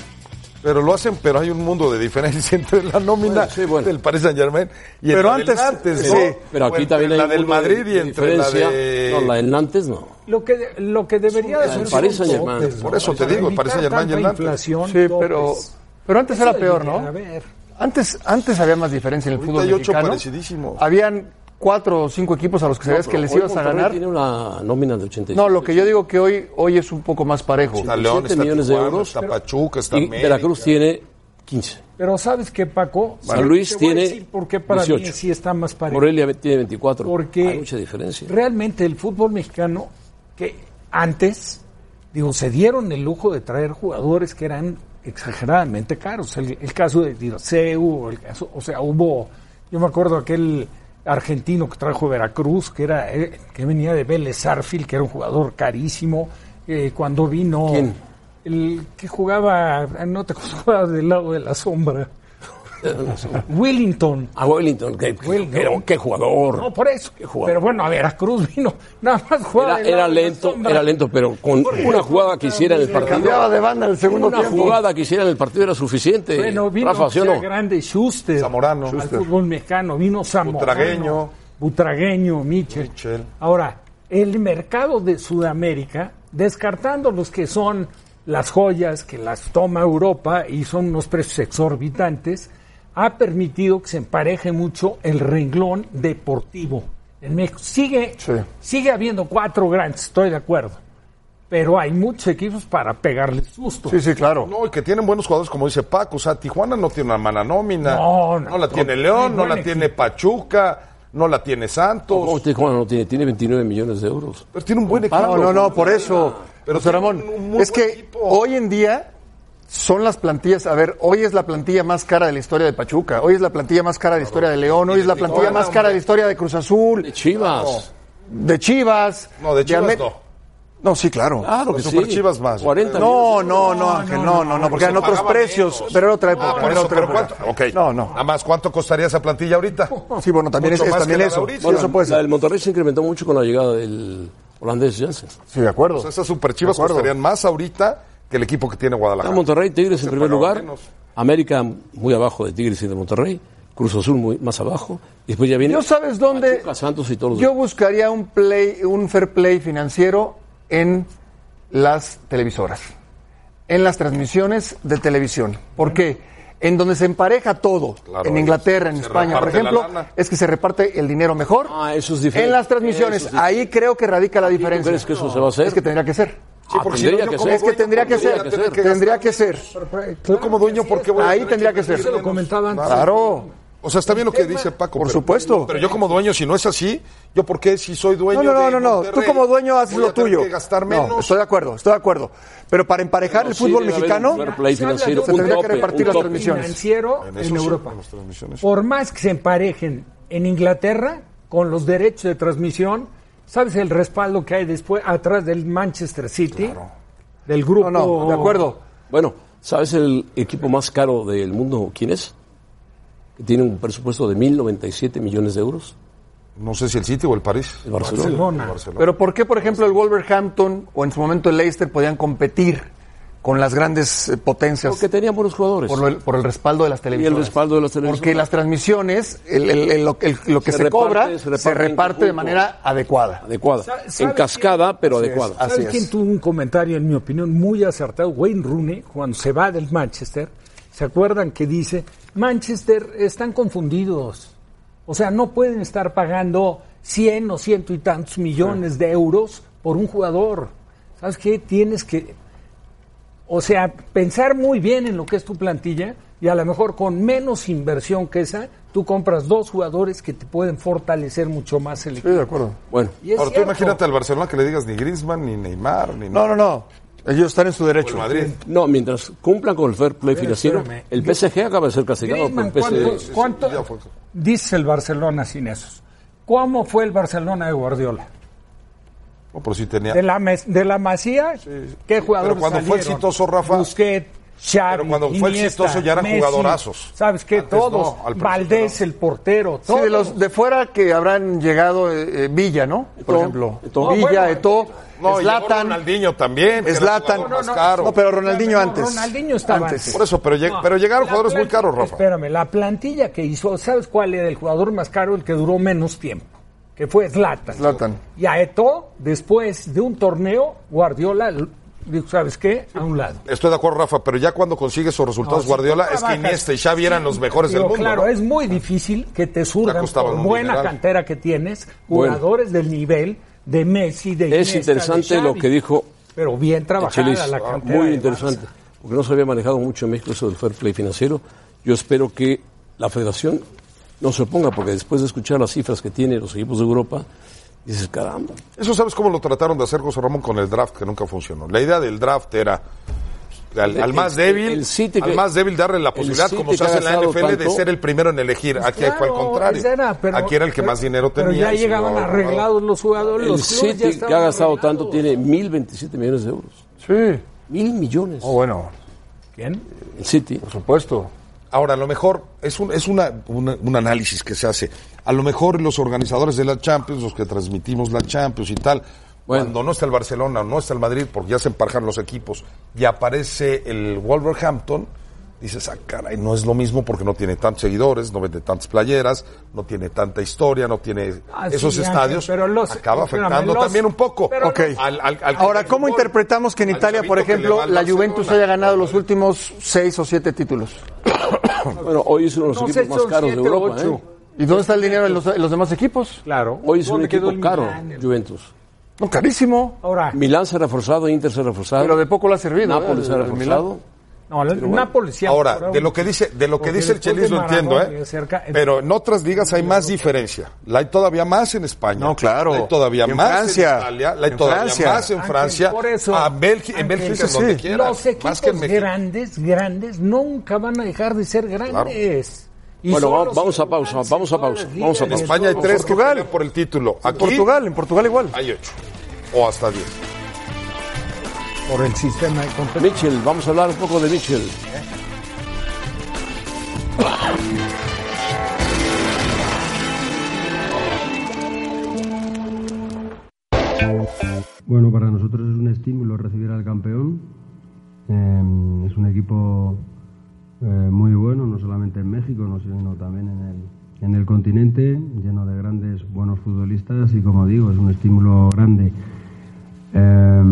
Speaker 4: Pero lo hacen, pero hay un mundo de diferencia entre la nómina
Speaker 3: Bueno, sí, bueno.
Speaker 4: del Paris Saint Germain y
Speaker 5: Pero
Speaker 4: entre la del
Speaker 5: antes-
Speaker 4: Nantes,
Speaker 5: sí,
Speaker 4: ¿no?
Speaker 3: pero
Speaker 4: O
Speaker 3: aquí
Speaker 4: entre
Speaker 3: también hay
Speaker 4: la
Speaker 3: un
Speaker 4: del
Speaker 3: mundo de-
Speaker 4: Madrid y
Speaker 3: de
Speaker 4: entre la
Speaker 3: diferencia.
Speaker 4: de
Speaker 3: No, la del Nantes no.
Speaker 2: Lo que, lo que debería de ser.
Speaker 3: París
Speaker 2: son
Speaker 3: Saint-Germain.
Speaker 2: topes,
Speaker 4: Por eso te digo,
Speaker 2: Para
Speaker 4: París
Speaker 2: evitar
Speaker 4: Saint-Germain y el
Speaker 2: tanta
Speaker 4: Nantes.
Speaker 2: inflación,
Speaker 5: Sí, pero,
Speaker 2: topes.
Speaker 5: pero antes
Speaker 2: Eso
Speaker 5: era
Speaker 2: debería
Speaker 5: peor,
Speaker 2: de haber.
Speaker 5: ¿no? Antes, antes había más diferencia en el
Speaker 4: Ahorita
Speaker 5: fútbol
Speaker 4: hay ocho
Speaker 5: mexicano.
Speaker 4: parecidísimos.
Speaker 5: Habían cuatro o cinco equipos a los que
Speaker 3: No,
Speaker 5: sabías que
Speaker 3: pero
Speaker 5: les
Speaker 3: hoy
Speaker 5: ibas a
Speaker 3: Monterrey
Speaker 5: ganar.
Speaker 3: Tiene una nómina de 85.
Speaker 5: No, lo que yo digo que hoy, hoy es un poco más parejo.
Speaker 3: Está León, 87 está millones de Tijuana, euros. está
Speaker 4: Pachuca,
Speaker 3: está Y América. Veracruz tiene 15.
Speaker 2: Pero ¿sabes qué, Paco?
Speaker 3: San Luis
Speaker 2: Te voy a
Speaker 3: tiene
Speaker 2: decir por qué para
Speaker 3: 18.
Speaker 2: mí sí está más parejo.
Speaker 3: Morelia tiene 24.
Speaker 2: Porque-
Speaker 3: Hay mucha diferencia.
Speaker 2: Realmente el fútbol mexicano, que antes, digo, se dieron el lujo de traer jugadores que eran exageradamente caros. El, el caso de Dirceu, o el caso, o sea, hubo, yo me acuerdo aquel argentino que trajo Veracruz, que era eh, que venía de Vélez Arfield, que era un jugador carísimo. Eh, cuando vino el que jugaba, ah, no te jugaba del lado de la sombra. Wellington.
Speaker 3: A Ah, Wellington, qué, qué- qué- qué jugador.
Speaker 2: No, por eso.
Speaker 3: jugador.
Speaker 2: Pero bueno, a Veracruz vino. Nada más jugaba.
Speaker 3: Era,
Speaker 2: del lado
Speaker 3: era
Speaker 2: de la
Speaker 3: lento,
Speaker 2: sombra.
Speaker 3: era lento, pero con una jugada que hiciera en el partido.
Speaker 5: Cambiaba de banda en el segundo
Speaker 3: una
Speaker 5: tiempo.
Speaker 3: jugada que hiciera en el partido era suficiente.
Speaker 2: Bueno, vino
Speaker 3: Rafa, ¿sí o
Speaker 2: José
Speaker 3: no?
Speaker 2: Grande Schuster. Zamorano.
Speaker 3: Schuster.
Speaker 2: Al fútbol mexicano. Vino Zamorano.
Speaker 4: Butragueño.
Speaker 2: Butragueño, Michel. Ahora, el mercado de Sudamérica, descartando los que son las joyas que las toma Europa y son unos precios exorbitantes, ha permitido que se empareje mucho el renglón deportivo. En México sigue, sigue habiendo cuatro grandes, estoy de acuerdo. Pero hay muchos equipos para pegarle susto.
Speaker 4: Sí, sí,
Speaker 5: claro.
Speaker 4: No, y que tienen buenos jugadores, como dice Paco. O sea, Tijuana no tiene una mala nómina.
Speaker 2: No,
Speaker 4: no.
Speaker 2: no.
Speaker 4: la tiene León,
Speaker 2: Muy
Speaker 4: no
Speaker 2: buen
Speaker 4: la tiene Pachuca, no la tiene Santos.
Speaker 3: No, Tijuana no tiene, tiene 29 millones de euros.
Speaker 4: Pero tiene un buen equipo.
Speaker 5: No, no, no, por eso.
Speaker 4: Pero
Speaker 5: José Ramón, es que hoy en día son las plantillas. A ver, hoy es la plantilla más cara de la historia de Pachuca. Hoy es la plantilla más cara de la historia de León. Hoy es la plantilla
Speaker 4: Tijuana,
Speaker 5: más cara de la historia de Cruz Azul.
Speaker 3: De Chivas.
Speaker 5: De Chivas.
Speaker 4: No, de Chivas
Speaker 5: Amer-
Speaker 4: no.
Speaker 5: No, sí, claro.
Speaker 4: Claro que Los sí. Superchivas más. 40
Speaker 5: no,
Speaker 4: millones.
Speaker 5: no, no, Ángel, no, no, no, porque eran otros
Speaker 4: pagaba
Speaker 5: precios. Pero era otra época.
Speaker 4: Ah, por
Speaker 5: era
Speaker 4: eso,
Speaker 5: otra
Speaker 4: pero
Speaker 5: época.
Speaker 4: ¿cuánto? Ok. No, no. Nada más, ¿cuánto costaría esa plantilla ahorita?
Speaker 5: Sí, bueno, también
Speaker 4: Mucho
Speaker 5: es- es
Speaker 4: más que
Speaker 5: también
Speaker 4: la de
Speaker 5: eso.
Speaker 4: ahorita.
Speaker 3: Bueno, la del Monterrey se incrementó mucho con la llegada del holandés Janssen.
Speaker 5: Sí, de acuerdo.
Speaker 4: O sea, esas superchivas
Speaker 3: De acuerdo.
Speaker 4: costarían más ahorita que el equipo que tiene
Speaker 3: Está
Speaker 4: Guadalajara.
Speaker 3: Monterrey, Tigres en
Speaker 4: Se
Speaker 3: primer
Speaker 4: pagaba
Speaker 3: lugar,
Speaker 4: menos.
Speaker 3: América muy abajo de Tigres y de Monterrey, Cruz Azul muy más abajo, y después ya viene
Speaker 5: Yo sabes dónde
Speaker 3: Pachuca, Santos y todos los
Speaker 5: Yo buscaría un play, un fair play financiero en las televisoras, en las transmisiones de televisión. ¿Por qué? En donde se empareja todo,
Speaker 3: Claro,
Speaker 5: en Inglaterra, en
Speaker 3: se
Speaker 5: España, por
Speaker 3: reparte la
Speaker 5: ejemplo,
Speaker 3: lana.
Speaker 5: es que se reparte el dinero mejor.
Speaker 3: Ah, eso es diferente.
Speaker 5: En las transmisiones,
Speaker 3: Eso es Ah,
Speaker 5: ahí creo que radica la diferencia.
Speaker 3: crees que eso se va a hacer?
Speaker 5: Es que tendría que ser.
Speaker 3: Ah, porque si no, tendría yo que como ser.
Speaker 5: Es que
Speaker 3: dueño,
Speaker 5: tendría que
Speaker 3: tendría
Speaker 5: ser.
Speaker 3: que ser.
Speaker 5: Tendría que ser.
Speaker 4: Yo como dueño, ¿por qué voy a
Speaker 5: Ahí
Speaker 4: tener
Speaker 5: tendría que
Speaker 4: invertir
Speaker 5: ser. Se lo
Speaker 4: menos?
Speaker 5: comentaba antes.
Speaker 4: Claro. O sea, está bien lo que dice Paco.
Speaker 5: Por
Speaker 4: pero-
Speaker 5: supuesto.
Speaker 4: Pero yo como dueño, si no es así, ¿yo por qué si soy dueño
Speaker 5: No, no, no,
Speaker 4: de
Speaker 5: no, no. Tú
Speaker 4: Monterrey,
Speaker 5: como dueño haces
Speaker 4: voy a
Speaker 5: lo
Speaker 4: tener
Speaker 5: tuyo.
Speaker 4: que gastar
Speaker 5: No,
Speaker 4: menos?
Speaker 5: estoy de acuerdo, estoy de acuerdo. Pero para emparejar el fútbol mexicano,
Speaker 3: play financiero,
Speaker 5: se
Speaker 3: un
Speaker 5: tendría que
Speaker 3: tope,
Speaker 5: repartir
Speaker 3: un
Speaker 5: las
Speaker 3: tope.
Speaker 5: transmisiones.
Speaker 2: financiero en, Europa. Por más que se emparejen en Inglaterra con los derechos de transmisión, ¿sabes el respaldo que hay después atrás del Manchester City? Del grupo.
Speaker 5: No, no, de acuerdo.
Speaker 3: Bueno, ¿sabes el equipo más caro del mundo quién es? Que tiene un presupuesto de 1.097 millones de euros.
Speaker 4: No sé si el City o el París.
Speaker 3: El Barcelona.
Speaker 2: Barcelona.
Speaker 5: Pero ¿por qué, por ejemplo, el Wolverhampton o en su momento el Leicester podían competir con las grandes eh, potencias?
Speaker 3: Porque tenían buenos jugadores.
Speaker 5: Por, lo- el- por el respaldo de las televisiones.
Speaker 3: respaldo de las televisiones.
Speaker 5: Porque las transmisiones, el- el- el- lo, el- lo que
Speaker 3: Se
Speaker 5: se,
Speaker 3: reparte,
Speaker 5: cobra,
Speaker 3: se
Speaker 5: se
Speaker 3: reparte
Speaker 5: reparte,
Speaker 3: en conjunto.
Speaker 5: de manera adecuada.
Speaker 3: Adecuada.
Speaker 2: ¿Sabes
Speaker 3: En cascada, pero
Speaker 5: Así es,
Speaker 3: adecuada.
Speaker 5: así
Speaker 2: ¿Sabes
Speaker 5: es.
Speaker 2: quién tuvo un comentario, en mi opinión, muy acertado? Wayne Rooney, cuando se va del Manchester, ¿se acuerdan que dice, Manchester, están confundidos? O sea, no pueden estar pagando 100 o ciento y tantos millones de euros por un jugador. ¿Sabes qué? Tienes que, o sea, pensar muy bien en lo que es tu plantilla y a lo mejor con menos inversión que esa, tú compras dos jugadores que te pueden fortalecer mucho más el equipo.
Speaker 5: Estoy de acuerdo.
Speaker 3: Bueno,
Speaker 2: Y es
Speaker 4: Ahora tú
Speaker 2: cierto.
Speaker 4: imagínate al Barcelona que le digas ni Griezmann, ni Neymar, ni
Speaker 5: No, no, no. Ellos están en su
Speaker 4: O el
Speaker 5: derecho.
Speaker 4: Madrid.
Speaker 3: no, mientras cumplan con el fair play financiero,
Speaker 2: espérame.
Speaker 3: el PSG acaba de ser castigado por
Speaker 2: Griezmann,
Speaker 3: el
Speaker 2: ¿cuánto,
Speaker 3: PSG.
Speaker 2: cuánto-
Speaker 4: ya fue.
Speaker 2: dice el Barcelona sin esos? ¿Cómo fue el Barcelona de Guardiola?
Speaker 4: No, pero sí tenía.
Speaker 2: De la, mes- de la Masía, ¿qué jugadores
Speaker 4: Pero cuando fue
Speaker 2: salieron?
Speaker 4: exitoso, Rafa-
Speaker 2: Busquets, Xavi,
Speaker 4: Pero cuando fue
Speaker 2: Iniesta,
Speaker 4: exitoso ya Ah, eran
Speaker 2: Messi,
Speaker 4: jugadorazos.
Speaker 2: ¿Sabes qué?
Speaker 4: Antes
Speaker 2: todos.
Speaker 4: no, al principio
Speaker 2: Valdés,
Speaker 4: no.
Speaker 2: el portero,
Speaker 5: Sí,
Speaker 2: todos.
Speaker 5: de los de fuera que habrán llegado eh, eh, Villa, ¿no? Por
Speaker 3: Eto'o,
Speaker 5: ejemplo.
Speaker 3: Eto'o.
Speaker 5: Villa,
Speaker 2: No, bueno,
Speaker 4: No,
Speaker 5: Eto,
Speaker 4: y llegó
Speaker 5: Zlatan.
Speaker 4: Ronaldinho también. que era
Speaker 5: Zlatan.
Speaker 4: jugador más
Speaker 5: No, no,
Speaker 4: caro.
Speaker 5: no, pero Ronaldinho
Speaker 2: No,
Speaker 5: antes.
Speaker 2: Ronaldinho estaba antes.
Speaker 4: Por eso, pero, lleg-
Speaker 2: No,
Speaker 4: pero llegaron
Speaker 2: la
Speaker 4: jugadores muy
Speaker 2: plan-
Speaker 4: caros, Rafa.
Speaker 2: Espérame, la plantilla que hizo, ¿sabes cuál era el jugador más caro, el que duró menos tiempo? Que fue Zlatan.
Speaker 5: Zlatan.
Speaker 2: Y a Eto, después de un torneo, Guardiola l- dijo, ¿sabes qué? A un lado.
Speaker 4: Estoy de acuerdo, Rafa, pero ya cuando consigues esos resultados,
Speaker 2: No,
Speaker 4: Guardiola,
Speaker 2: si tú
Speaker 4: es que
Speaker 2: trabajas-
Speaker 4: Iniesta y Xavi eran los mejores
Speaker 2: Digo,
Speaker 4: del mundo.
Speaker 2: claro,
Speaker 3: eh.
Speaker 4: ¿no?
Speaker 2: es muy difícil que te
Speaker 4: Ya
Speaker 2: surjan
Speaker 4: costaban
Speaker 2: por
Speaker 4: un
Speaker 2: buena
Speaker 4: dineral.
Speaker 2: cantera que tienes,
Speaker 3: Bueno.
Speaker 2: jugadores del nivel de Messi, de
Speaker 3: Es
Speaker 2: Iniesta, de
Speaker 3: interesante lo
Speaker 2: Xavi.
Speaker 3: que dijo
Speaker 2: Pero bien trabajada
Speaker 3: Chelis,
Speaker 2: la cantera.
Speaker 3: ah, muy
Speaker 2: de
Speaker 3: interesante, porque no se había manejado mucho en México eso del fair play financiero. Yo espero que la federación no se oponga, porque después de escuchar las cifras que tienen los equipos de Europa, dices, caramba,
Speaker 4: Eso sabes cómo lo trataron de hacer José Ramón con el draft, que nunca funcionó. La idea del draft era al,
Speaker 3: El-
Speaker 4: al más
Speaker 3: el-
Speaker 4: débil,
Speaker 3: el City
Speaker 4: al
Speaker 3: que-
Speaker 4: más débil darle la
Speaker 3: el
Speaker 4: posibilidad,
Speaker 3: City
Speaker 4: como se
Speaker 3: que ha
Speaker 4: hace en la
Speaker 3: gastado
Speaker 4: NFL, de
Speaker 3: tanto.
Speaker 4: ser el primero en elegir. Aquí fue al
Speaker 2: claro,
Speaker 4: contrario.
Speaker 2: ese era, pero-
Speaker 4: Aquí era el que más dinero
Speaker 2: Pero
Speaker 4: tenía.
Speaker 2: ya
Speaker 4: y si
Speaker 2: llegaban
Speaker 4: no,
Speaker 2: arreglados los jugadores,
Speaker 3: el
Speaker 2: los clubes ya
Speaker 3: City que ha
Speaker 2: estaban
Speaker 3: gastado
Speaker 2: arreglados.
Speaker 3: tanto tiene 1.027 millones de euros.
Speaker 5: Sí.
Speaker 3: Mil millones.
Speaker 5: Oh, bueno,
Speaker 2: ¿Quién?
Speaker 3: El City.
Speaker 5: por supuesto.
Speaker 4: Ahora, a lo mejor es, un, es una, una- un análisis que se hace. A lo mejor los organizadores de la Champions, los que transmitimos la Champions y tal,
Speaker 3: Bueno.
Speaker 4: cuando no está el Barcelona, no está el Madrid, porque ya se empajan los equipos, y aparece el Wolverhampton, dices, ah, caray, no es lo mismo porque no tiene tantos seguidores, no vende tantas playeras, no tiene tanta historia, no tiene
Speaker 2: Ah, sí,
Speaker 4: esos
Speaker 2: Ángel,
Speaker 4: estadios.
Speaker 2: pero los-
Speaker 4: acaba
Speaker 2: espérame,
Speaker 4: afectando
Speaker 2: los-
Speaker 4: también un poco.
Speaker 2: pero
Speaker 5: Ok. los- Ahora, ¿cómo interpretamos que en Italia, por ejemplo, la Juventus haya ganado los últimos seis o siete títulos?
Speaker 3: Bueno, hoy es uno de los
Speaker 2: No sé,
Speaker 3: equipos más
Speaker 2: son
Speaker 3: caros de
Speaker 2: siete,
Speaker 3: Europa.
Speaker 2: ocho.
Speaker 3: ¿eh?
Speaker 5: ¿Y dónde está el dinero en los, en los demás equipos?
Speaker 2: Claro.
Speaker 3: Hoy es un
Speaker 2: ¿Dónde quedó
Speaker 3: equipo
Speaker 2: el
Speaker 3: caro,
Speaker 2: Milán? El-
Speaker 3: Juventus.
Speaker 5: No, carísimo.
Speaker 2: Ahora,
Speaker 3: Milán se ha reforzado, Inter se ha reforzado.
Speaker 5: Pero de poco lo ha servido.
Speaker 3: Nápoles
Speaker 5: ¿eh?
Speaker 3: se ha
Speaker 5: El- el Milán.
Speaker 3: reforzado.
Speaker 2: no, el Napoli sí
Speaker 4: Ahora,
Speaker 2: mejorado
Speaker 4: de lo que dice, de lo que
Speaker 2: Porque
Speaker 4: dice el
Speaker 2: después
Speaker 4: Chelis
Speaker 2: de
Speaker 4: lo entiendo,
Speaker 2: Maradona y
Speaker 4: ¿eh?
Speaker 2: de cerca-
Speaker 4: Pero en otras ligas hay más diferencia. La hay todavía más en España.
Speaker 5: No, claro.
Speaker 4: La hay todavía
Speaker 5: En
Speaker 4: más
Speaker 5: Francia.
Speaker 4: en Italia. La hay
Speaker 5: En
Speaker 4: todavía
Speaker 5: Francia.
Speaker 4: más en
Speaker 2: Ángel,
Speaker 4: Francia.
Speaker 2: por eso,
Speaker 4: a Bélgi- en
Speaker 2: Ángel,
Speaker 4: Bélgica, en
Speaker 5: sí.
Speaker 4: donde quiera.
Speaker 2: Los equipos
Speaker 4: más que en México.
Speaker 2: grandes, grandes, nunca van a dejar de ser grandes. Y
Speaker 3: Bueno,
Speaker 2: son
Speaker 3: va-
Speaker 2: los
Speaker 3: vamos a
Speaker 2: que
Speaker 3: pausa,
Speaker 2: ganan
Speaker 3: vamos a
Speaker 2: todas
Speaker 3: pausa,
Speaker 2: las ligas
Speaker 3: vamos a
Speaker 2: y
Speaker 4: En
Speaker 2: en
Speaker 3: pausa.
Speaker 4: España hay
Speaker 2: todos
Speaker 4: tres que
Speaker 5: Portugal.
Speaker 4: pelean por el título.
Speaker 5: En
Speaker 4: Aquí
Speaker 5: Portugal, en Portugal igual.
Speaker 4: hay ocho. O hasta diez.
Speaker 2: Por el sistema de competencia.
Speaker 3: Mitchell, vamos a hablar un poco de Mitchell.
Speaker 11: Bueno, para nosotros es un estímulo recibir al campeón. Eh, es un equipo eh, muy bueno, no solamente en México, no, sino también en el, en el continente, lleno de grandes, buenos futbolistas y como digo, es un estímulo grande. Eh,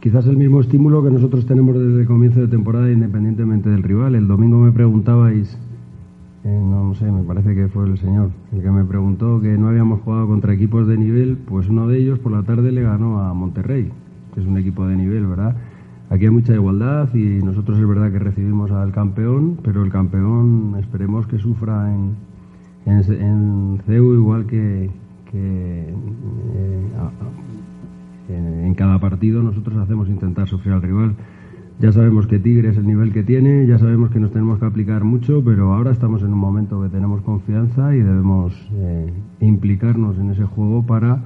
Speaker 11: quizás el mismo estímulo que nosotros tenemos desde el comienzo de temporada independientemente del rival. El domingo me preguntabais, eh, no sé, me parece que fue el señor el que me preguntó que no habíamos jugado contra equipos de nivel, pues uno de ellos por la tarde le ganó a Monterrey, que es un equipo de nivel, ¿verdad? Aquí hay mucha igualdad y nosotros es verdad que recibimos al campeón, pero el campeón esperemos que sufra en, en, Ce- en CEU igual que, que, eh, a- a- en, en cada partido nosotros hacemos intentar sufrir al rival. Ya sabemos que Tigre es el nivel que tiene, ya sabemos que nos tenemos que aplicar mucho, pero ahora estamos en un momento que tenemos confianza y debemos eh, implicarnos en ese juego para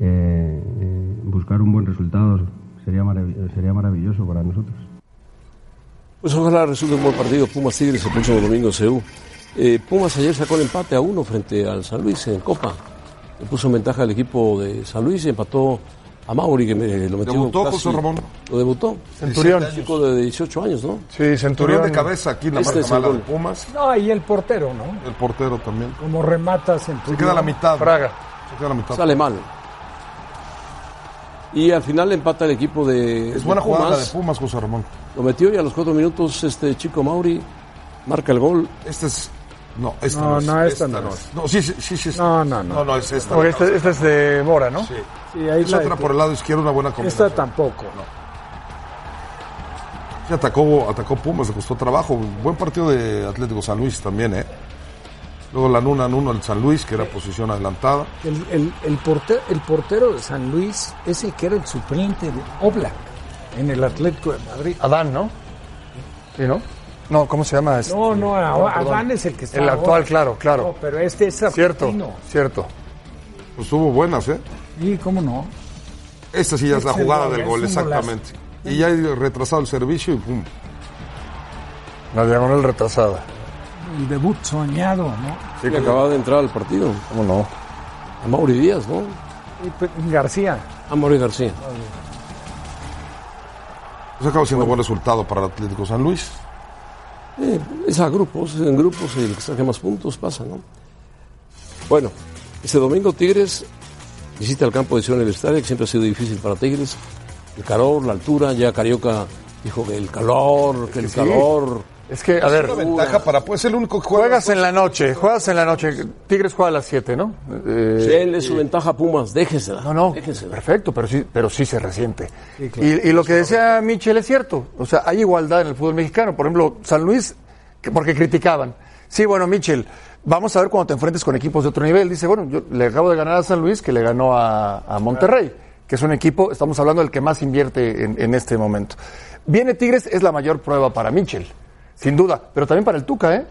Speaker 11: eh, eh, buscar un buen resultado. Sería, marav- sería maravilloso para nosotros.
Speaker 3: Pues ojalá resulte un buen partido Pumas Tigres el próximo domingo en CEU. Eh, Pumas ayer sacó el empate a uno frente al San Luis en Copa. Le puso en ventaja al equipo de San Luis y empató a Mauri, que me- lo metió
Speaker 4: ¿Debutó
Speaker 3: casi-
Speaker 4: José Ramón?
Speaker 3: Lo debutó.
Speaker 5: Centurión.
Speaker 3: Un chico de 18 años, ¿no?
Speaker 5: Sí,
Speaker 4: Turón
Speaker 5: Centurión.
Speaker 4: de cabeza aquí en la
Speaker 3: Este
Speaker 4: marca
Speaker 3: es el
Speaker 4: mala de
Speaker 3: gol.
Speaker 4: Pumas.
Speaker 2: No, y el portero, ¿no?
Speaker 4: El portero también.
Speaker 2: Como rematas en tu.
Speaker 4: Se queda la mitad.
Speaker 5: Fraga.
Speaker 4: Se queda la mitad.
Speaker 3: Sale mal. Y al final empata el equipo de.
Speaker 4: Es buena
Speaker 3: de
Speaker 4: jugada la de
Speaker 3: Pumas.
Speaker 4: Pumas, José Ramón.
Speaker 3: Lo metió y a los cuatro minutos este chico Mauri marca el gol.
Speaker 4: Este es. No, esta
Speaker 2: No,
Speaker 4: no, es.
Speaker 2: no, esta no es.
Speaker 4: No, sí, sí, sí, sí, es-
Speaker 2: No, no, no.
Speaker 4: No, no, es esta.
Speaker 5: No, esta, esta es de Mora, ¿no?
Speaker 4: Sí.
Speaker 2: Sí, ahí
Speaker 4: Es
Speaker 2: la-
Speaker 4: otra por el lado izquierdo, una buena
Speaker 2: Esta
Speaker 4: combinación.
Speaker 2: tampoco.
Speaker 4: Sí, atacó, atacó Pumas, le costó trabajo. Buen partido de Atlético San Luis también, ¿eh? Luego la Nuna en uno al San Luis, que era posición adelantada.
Speaker 2: El, el, el, portero, el portero de San Luis es el que era el suplente de Oblak en el Atlético de Madrid.
Speaker 5: Adán, ¿no? Sí, ¿no? No, ¿cómo se llama? Este?
Speaker 2: No, no, ahora-
Speaker 5: perdón.
Speaker 2: Adán es el que está
Speaker 5: El actual,
Speaker 2: ahora.
Speaker 5: claro,
Speaker 2: No,
Speaker 5: claro.
Speaker 2: pero este es
Speaker 5: cierto,
Speaker 2: argentino.
Speaker 5: cierto.
Speaker 4: Pues tuvo buenas, ¿eh?
Speaker 2: ¿Y cómo no?
Speaker 4: Esta sí ya es la
Speaker 2: Este
Speaker 4: jugada
Speaker 2: gol,
Speaker 4: del
Speaker 2: es un
Speaker 4: gol,
Speaker 2: golazo.
Speaker 4: exactamente. Y ya he retrasado el servicio y pum.
Speaker 5: La diagonal retrasada.
Speaker 2: El debut soñado, ¿no?
Speaker 3: que acababa de entrar al partido.
Speaker 5: ¿Cómo no?
Speaker 3: A Mauri Díaz, ¿no?
Speaker 2: Y Pe- García.
Speaker 3: A Mauri García.
Speaker 4: Pues acaba siendo buen resultado para el Atlético San Luis.
Speaker 3: Eh, es a grupos, en grupos el que saque más puntos pasa, ¿no? Bueno, este domingo Tigres visita el campo de Ciudad Universitaria, que siempre ha sido difícil para Tigres. El calor, la altura, ya Carioca dijo que el calor, que el calor.
Speaker 5: Es que, a ver.
Speaker 3: una ventaja
Speaker 5: para. Puede ser el único que Juegas en la noche, juegas en la noche. Tigres juega a las 7, ¿no? Eh,
Speaker 3: Sí, él es su ventaja, Pumas, déjesela.
Speaker 5: No, no, perfecto, pero sí, pero sí se resiente. y, y lo que decía Michel es cierto. O sea, hay igualdad en el fútbol mexicano. Por ejemplo, San Luis, que- porque criticaban. Sí, bueno, Michel, vamos a ver cuando te enfrentes con equipos de otro nivel. Dice, bueno, yo le acabo de ganar a San Luis, que le ganó a, a Monterrey, que es un equipo, estamos hablando del que más invierte en, en este momento. Viene Tigres, es la mayor prueba para Michel, sin duda, pero también para el Tuca, ¿eh?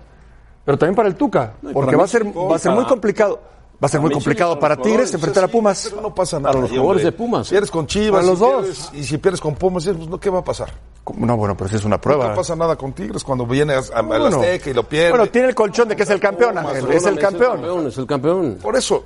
Speaker 5: Pero también para el Tuca,
Speaker 4: No, y
Speaker 5: porque
Speaker 4: para
Speaker 5: va a, ser,
Speaker 4: México,
Speaker 5: va a ser muy
Speaker 4: para-
Speaker 5: complicado. Va a ser muy complicado para Tigres enfrentar a Pumas.
Speaker 4: Pero no pasa nada.
Speaker 5: Para los
Speaker 4: ahí,
Speaker 5: jugadores
Speaker 4: hombre.
Speaker 5: de Pumas. ¿eh?
Speaker 4: Pierdes con Chivas.
Speaker 5: Para los
Speaker 4: y
Speaker 5: dos.
Speaker 4: pierdes- y si pierdes con Pumas, pues, no, ¿qué va a pasar?
Speaker 5: No, bueno, pero sí es una prueba.
Speaker 4: No pasa nada con Tigres cuando viene a, a- al
Speaker 5: Bueno.
Speaker 4: Azteca y lo pierde.
Speaker 5: Bueno, tiene el colchón de que es el campeón, Ángel, es el campeón.
Speaker 3: Es el campeón.
Speaker 4: Por eso.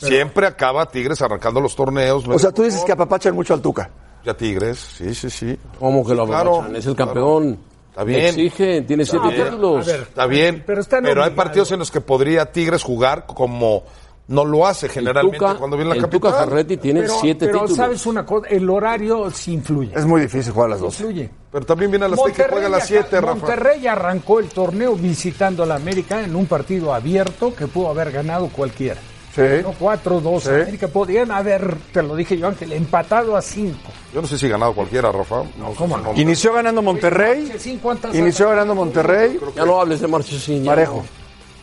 Speaker 4: Siempre acaba Tigres arrancando los torneos.
Speaker 5: O sea, tú dices que apapachan mucho al Tuca.
Speaker 4: Ya Tigres, sí, sí, sí.
Speaker 3: ¿Cómo que lo
Speaker 4: Claro,
Speaker 3: aprovechan? es el
Speaker 4: claro.
Speaker 3: campeón.
Speaker 4: Está bien.
Speaker 3: Exige, tiene
Speaker 4: Está
Speaker 3: siete
Speaker 4: bien.
Speaker 3: títulos.
Speaker 4: Está bien. Pero, hay partidos en los que podría Tigres jugar como no lo hace generalmente
Speaker 2: Tuca-
Speaker 4: cuando viene la
Speaker 2: el
Speaker 4: capital.
Speaker 2: Tuca Ferretti pero, pero sabes una cosa, el horario sí influye.
Speaker 5: Es muy difícil jugar a las 12.
Speaker 2: Influye.
Speaker 4: Pero también viene a las Azteca y juega a las
Speaker 2: Monterrey
Speaker 4: 7,
Speaker 2: arran-
Speaker 4: Rafa.
Speaker 2: Monterrey arrancó el torneo visitando a la América en un partido abierto que pudo haber ganado cualquiera.
Speaker 5: Sí.
Speaker 2: No, 4-2
Speaker 4: Sí.
Speaker 2: América. Podían haber, te lo dije yo, Ángel, empatado a 5.
Speaker 4: Yo no sé si ganado cualquiera, Rafa. No,
Speaker 2: ¿cómo no? Pues,
Speaker 5: Inició ganando Monterrey. Inició ganando Monterrey.
Speaker 3: Ya no hables de Marchesín.
Speaker 5: Parejo.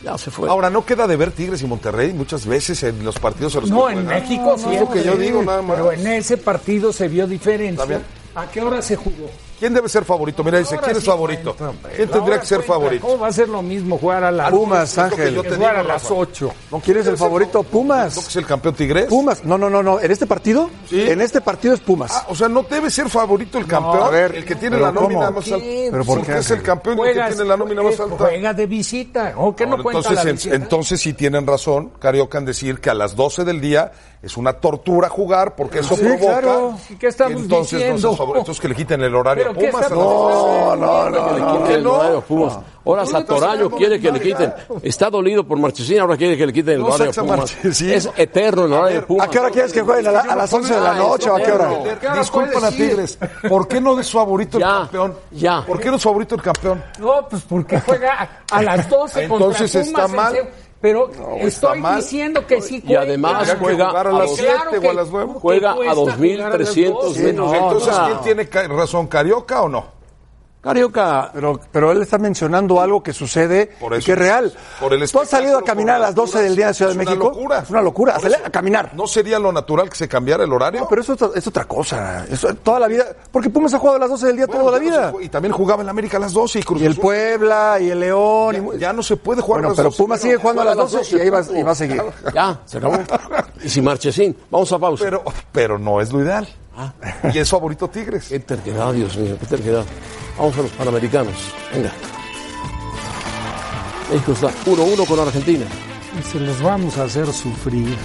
Speaker 3: Ya se fue.
Speaker 4: Ahora, ¿no queda de ver Tigres y Monterrey muchas veces en los partidos a los
Speaker 2: No,
Speaker 4: que
Speaker 2: en
Speaker 4: juegan?
Speaker 2: México
Speaker 4: No,
Speaker 2: sí.
Speaker 4: no, es lo que yo
Speaker 2: sí,
Speaker 4: digo, nada más.
Speaker 2: Pero en ese partido se vio diferencia.
Speaker 4: Está bien.
Speaker 2: ¿A qué hora se jugó?
Speaker 4: ¿Quién debe ser favorito? Mira, dice,
Speaker 2: Ahora
Speaker 4: ¿quién es
Speaker 2: sí
Speaker 4: favorito?
Speaker 2: cuenta, hombre.
Speaker 4: ¿Quién
Speaker 2: La
Speaker 4: tendría
Speaker 2: hora
Speaker 4: que ser
Speaker 2: cuenta.
Speaker 4: favorito?
Speaker 2: ¿Cómo va a ser lo mismo jugar a las
Speaker 5: Pumas, Ángel.
Speaker 2: Que jugar a las 8?
Speaker 5: ¿No quién es el favorito? Pumas.
Speaker 4: es el campeón Tigres?
Speaker 5: Pumas. No, no, no, no. ¿En este partido? En este partido es Pumas.
Speaker 4: Ah, o sea, no debe ser favorito el campeón,
Speaker 5: a ver,
Speaker 4: el que tiene
Speaker 5: ¿pero
Speaker 4: la nómina
Speaker 5: cómo?
Speaker 4: más alta.
Speaker 5: ¿Quién? ¿Pero por
Speaker 4: Porque
Speaker 5: qué,
Speaker 4: es el
Speaker 5: Ángel?
Speaker 4: campeón el que
Speaker 2: Juegas-
Speaker 4: tiene la nómina más
Speaker 2: jue-
Speaker 4: alta.
Speaker 2: Juega de visita. ¿O qué no
Speaker 4: Ahora,
Speaker 2: cuenta
Speaker 4: entonces,
Speaker 2: la
Speaker 4: en-
Speaker 2: visita?
Speaker 4: entonces sí tienen razón, Carioca, en decir que a las 12 del día es una tortura jugar porque eso
Speaker 2: Sí,
Speaker 4: provoca.
Speaker 2: claro. ¿Y qué estamos
Speaker 4: entonces,
Speaker 2: diciendo?
Speaker 4: No se sobre- entonces que le quiten el horario a
Speaker 2: ¿Pero qué
Speaker 4: Pumas.
Speaker 2: estamos No,
Speaker 3: no, no, el horario a Pumas. Ahora Satoraño quiere que le quiten. Está dolido por Marchesín, ahora quiere que le quiten el
Speaker 4: No
Speaker 3: horario a
Speaker 4: saques a
Speaker 3: Pumas.
Speaker 4: Marchesín.
Speaker 3: Es eterno el horario de Pumas. Ah,
Speaker 5: ¿A qué hora quieres que jueguen? ¿A, la- a las 11 de la noche o a qué hora?
Speaker 4: Disculpan a Tigres. ¿Por qué no es favorito el campeón?
Speaker 3: Ya.
Speaker 4: ¿Por qué no es favorito el campeón?
Speaker 2: No, pues porque juega a las 12
Speaker 4: Entonces
Speaker 2: contra Pumas
Speaker 4: está
Speaker 2: en
Speaker 4: mal.
Speaker 2: Seúl. Pero
Speaker 4: está
Speaker 2: estoy
Speaker 4: mal.
Speaker 2: diciendo que sí
Speaker 3: Y además juega a, los- juega a 2.300
Speaker 4: Sí,
Speaker 3: metros.
Speaker 4: Entonces, ¿quién tiene ca- razón, Carioca o no?
Speaker 3: Carioca.
Speaker 5: Pero, pero él está mencionando algo que sucede
Speaker 4: Por eso.
Speaker 5: y que es real.
Speaker 4: Por el
Speaker 5: ¿Tú has salido a caminar a las 12 del día en Ciudad
Speaker 4: Es
Speaker 5: de
Speaker 4: una
Speaker 5: México?
Speaker 4: locura.
Speaker 5: Es una locura.
Speaker 4: Por
Speaker 5: Sale
Speaker 4: eso.
Speaker 5: a caminar.
Speaker 4: ¿No sería lo natural que se cambiara el horario?
Speaker 5: No, pero eso es otra- es otra cosa. Eso, toda la vida. Porque Pumas ha jugado a las 12 del día toda la vida.
Speaker 4: Y también jugaba en la América a las 12 y Cruz
Speaker 5: Y el
Speaker 4: Azul.
Speaker 5: Puebla y el León.
Speaker 4: Ya, ya no se puede jugar
Speaker 5: Bueno,
Speaker 4: a las
Speaker 5: pero
Speaker 4: 12.
Speaker 5: Pumas sigue jugando a las 12 y ahí va, y va a seguir.
Speaker 3: Ya, se acabó. Y sin Marchesín. Vamos a pausa. Ah.
Speaker 4: Pero, pero no es lo ideal. Y es favorito Tigres.
Speaker 3: Qué terquedad, Dios mío, qué terquedad. Vamos a los panamericanos. Venga. México está 1-1 con Argentina.
Speaker 2: Y se los vamos a hacer sufrir.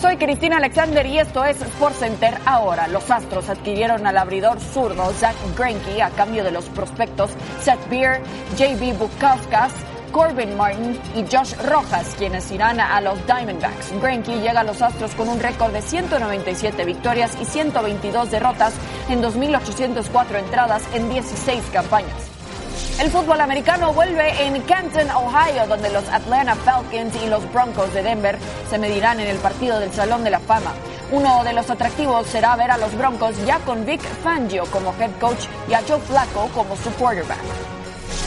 Speaker 12: Soy Cristina Alexander y esto es Sports Center ahora. Los Astros adquirieron al abridor zurdo Zach Greinke a cambio de los prospectos Seth Beer, JB Bukauskas, Corbin Martin y Josh Rojas, quienes irán a los Diamondbacks. Greinke llega a los Astros con un récord de 197 victorias y 122 derrotas en 2.804 entradas en 16 campañas. El fútbol americano vuelve en Canton, Ohio, donde los Atlanta Falcons y los Broncos de Denver se medirán en el partido del Salón de la Fama. Uno de los atractivos será ver a los Broncos ya con Vic Fangio como head coach y a Joe Flacco como su quarterback.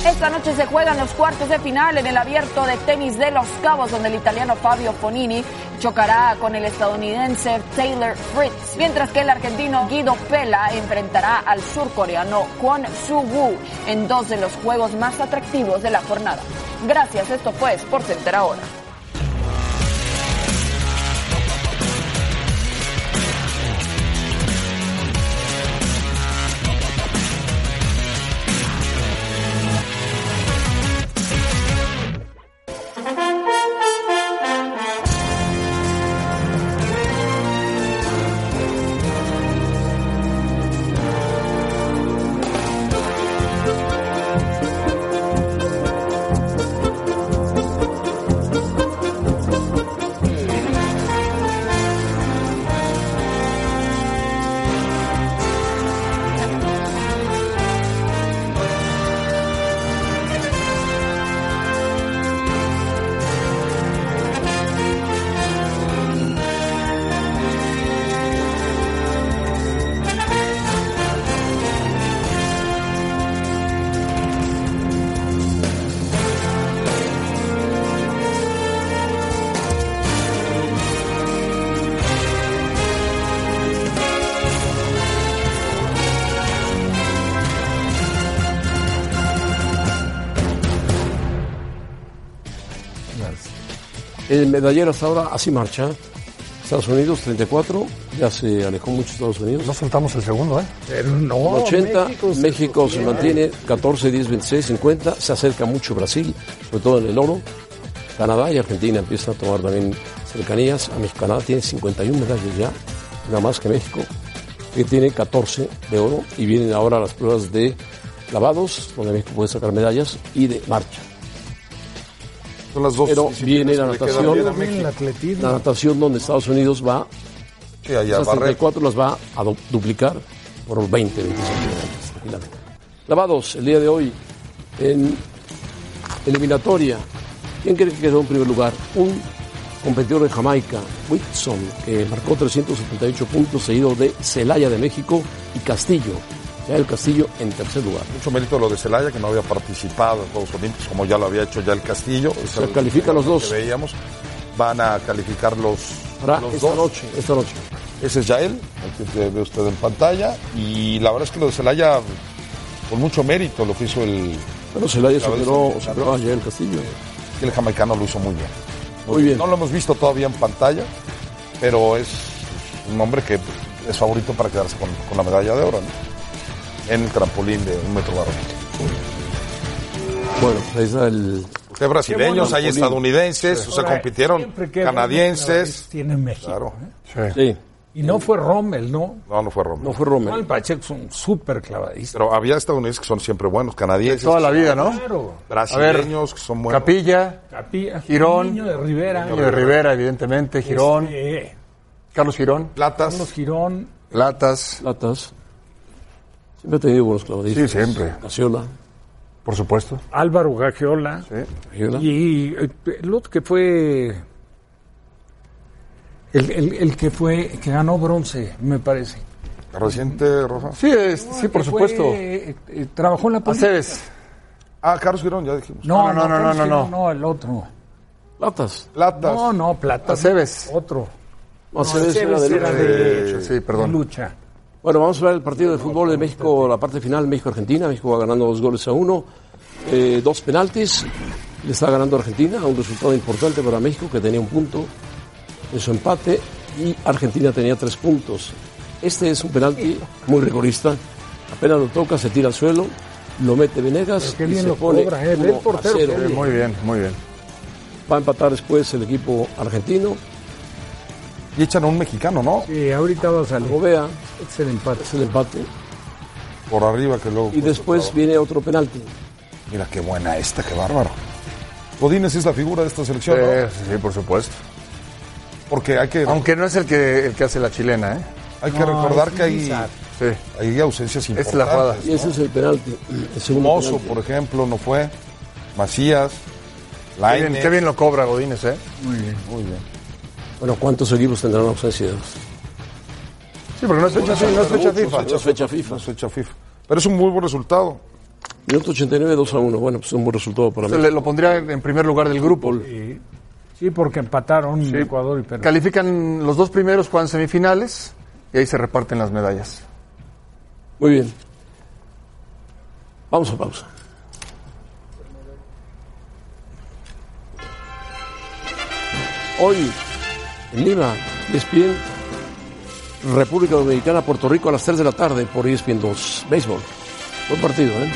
Speaker 12: Esta noche se juegan los cuartos de final en el abierto de tenis de Los Cabos, donde el italiano Fabio Fonini chocará con el estadounidense Taylor Fritz, mientras que el argentino Guido Pela enfrentará al surcoreano Kwon Soo Woo en dos de los juegos más atractivos de la jornada. Gracias, esto fue Sports Center ahora.
Speaker 3: El medallero hasta ahora así marcha. Estados Unidos 34, ya se alejó mucho Estados Unidos. No
Speaker 5: soltamos el segundo, ¿eh?
Speaker 2: No,
Speaker 3: 80,
Speaker 2: México
Speaker 3: México,
Speaker 2: se-
Speaker 3: se, mantiene 14, 10, 26, 50, se acerca mucho Brasil, sobre todo en el oro. Canadá y Argentina empiezan a tomar también cercanías. A México, Canadá tiene 51 medallas ya, nada más que México, que tiene 14 de oro y vienen ahora las pruebas de lavados, donde México puede sacar medallas, y de marcha.
Speaker 4: Son las dos
Speaker 3: Pero
Speaker 4: disciplinas
Speaker 3: viene la
Speaker 4: que le quedan
Speaker 3: natación,
Speaker 4: bien a México.
Speaker 2: El atletismo.
Speaker 3: la natación donde Estados Unidos va,
Speaker 4: Sí, allá
Speaker 3: esas
Speaker 4: Barrera.
Speaker 3: 34 las va a du- duplicar por 20, 25 medallas, tranquilamente. Lavados, el día de hoy, en eliminatoria, ¿quién cree que quedó en primer lugar? Un competidor de Jamaica, Whitson, que marcó 378 puntos, seguido de Celaya de México y Castillo. Ya el Castillo en tercer lugar.
Speaker 4: Mucho mérito lo de Celaya, que no había participado en Juegos Olímpicos, como ya lo había hecho ya el Castillo.
Speaker 3: Se califican los dos.
Speaker 4: Que veíamos. Van a calificar los,
Speaker 3: Ahora,
Speaker 4: los
Speaker 3: esta
Speaker 4: dos.
Speaker 3: noche, esta noche.
Speaker 4: Ese es Yael, el que ve usted en pantalla. Y la verdad es que lo de Celaya, con mucho mérito, lo que hizo el.
Speaker 3: Bueno, Celaya
Speaker 4: la vez-
Speaker 3: superó, superó a Yael Castillo.
Speaker 4: Eh, que el jamaicano lo hizo muy bien.
Speaker 3: Muy bien.
Speaker 4: No lo hemos visto todavía en pantalla, pero es un hombre que es favorito para quedarse con, con la medalla de oro ¿no? en el trampolín de un metro barro.
Speaker 3: Bueno, ahí está el.
Speaker 4: De brasileños, hay estadounidenses, o sea,
Speaker 2: Ahora,
Speaker 4: compitieron
Speaker 2: siempre que
Speaker 4: canadienses.
Speaker 2: Tiene México. ¿eh?
Speaker 4: Claro.
Speaker 3: Sí.
Speaker 2: Y no fue Rommel, ¿no?
Speaker 4: No, no fue Romero.
Speaker 3: No fue Rommel.
Speaker 2: Juan Pacheco es un súper clavadista.
Speaker 4: Pero había estadounidenses que son siempre buenos, canadienses.
Speaker 5: Toda la vida, ¿no?
Speaker 2: Claro.
Speaker 4: Brasileños que son buenos.
Speaker 5: Capilla,
Speaker 2: Capilla.
Speaker 5: Girón.
Speaker 2: Niño de Rivera.
Speaker 5: Niño de Rivera, evidentemente, Girón,
Speaker 2: Este,
Speaker 5: Carlos Girón,
Speaker 4: Platas.
Speaker 2: Carlos Girón.
Speaker 5: Latas,
Speaker 3: Latas. Siempre ha tenido buenos clavadistas.
Speaker 5: Sí, siempre.
Speaker 3: Casciola,
Speaker 5: por supuesto.
Speaker 2: Álvaro Gagiola.
Speaker 3: Gagiola.
Speaker 2: Y eh, el otro que fue. El, el- el que fue. Que ganó bronce, me parece.
Speaker 4: Reciente, Rosa.
Speaker 5: Sí, es- sí, por
Speaker 2: Que fue,
Speaker 5: supuesto.
Speaker 2: eh, eh, trabajó en la policía.
Speaker 5: Aceves.
Speaker 4: Ah, Carlos Girón, ya dijimos.
Speaker 2: No,
Speaker 5: No, no, no, no,
Speaker 2: Carlos
Speaker 5: no, no.
Speaker 2: Girón, no, el otro.
Speaker 3: Latas.
Speaker 4: Platas.
Speaker 2: No, no, Plata.
Speaker 5: Aceves.
Speaker 2: Otro.
Speaker 3: No, Aceves era de
Speaker 2: era
Speaker 3: lucha.
Speaker 2: de-
Speaker 5: Sí,
Speaker 2: de
Speaker 5: perdón.
Speaker 2: lucha.
Speaker 3: Bueno, vamos a ver el partido de fútbol de México, la parte final, México-Argentina. México va ganando dos goles a uno, eh, dos penaltis. Le está ganando Argentina, un resultado importante para México, que tenía un punto en su empate, y Argentina tenía tres puntos. Este es un penalti muy rigorista. Apenas lo toca, se tira al suelo, lo mete Venegas.
Speaker 2: Pero qué
Speaker 3: y
Speaker 2: bien
Speaker 3: se
Speaker 2: lo
Speaker 3: pone
Speaker 2: cobra, eh, ve el
Speaker 3: 1 a
Speaker 2: portero,
Speaker 3: 0.
Speaker 2: qué bien.
Speaker 5: Muy bien, muy bien.
Speaker 3: Va a empatar después el equipo argentino.
Speaker 4: Y echan a un mexicano, ¿no?
Speaker 2: Sí, ahorita va a salir.
Speaker 3: Gobea
Speaker 2: Es el empate.
Speaker 3: es el empate.
Speaker 4: Por arriba que luego.
Speaker 3: Y después viene otro penalti.
Speaker 4: Mira qué buena esta, qué bárbaro. Godínez es la figura de esta selección, ¿no?
Speaker 5: Sí, sí, por supuesto.
Speaker 4: Porque hay que,
Speaker 5: Aunque no es el que, el que hace la chilena, ¿eh?
Speaker 4: hay que recordar que hay,
Speaker 5: Sí.
Speaker 4: hay ausencias
Speaker 5: es
Speaker 4: importantes.
Speaker 5: la jugada.
Speaker 3: Y ese es el penalti. El segundo
Speaker 4: Mozo,
Speaker 3: penalti.
Speaker 4: por ejemplo, no fue. Macías,
Speaker 5: Qué bien,
Speaker 4: Lainez.
Speaker 5: qué bien lo cobra Godínez, ¿eh?
Speaker 3: Bueno, ¿cuántos equipos tendrán ausencia?
Speaker 5: Sí, porque no es fecha, sí, no es fecha FIFA.
Speaker 3: No es fecha FIFA.
Speaker 4: No es fecha FIFA. Pero es un muy buen resultado.
Speaker 3: Minuto 89, 2 a 1. Bueno, pues un buen resultado para
Speaker 5: Se
Speaker 3: mí.
Speaker 5: le- Lo pondría en primer lugar del grupo.
Speaker 2: Sí, porque empataron Ecuador y Perú.
Speaker 5: Califican los dos primeros, juegan semifinales y ahí se reparten las medallas.
Speaker 3: Muy bien. Vamos a pausa. Hoy, en Lima, E ESPN, República Dominicana, Puerto Rico, a las 3 de la tarde por E ESPN 2. Béisbol. Buen partido, ¿eh?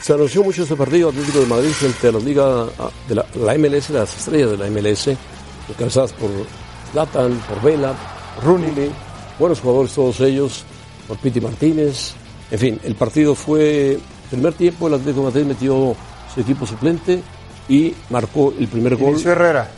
Speaker 3: Se anunció mucho este partido Atlético de Madrid frente a la Liga a- de la, la MLS, las estrellas de la MLS, encabezadas por Latan, por Vela, Rooney, buenos jugadores todos ellos, por Piti Martínez. En fin, el partido fue. Primer tiempo, el Atlético de Madrid metió su equipo suplente y marcó el primer gol.
Speaker 5: Inició Herrera.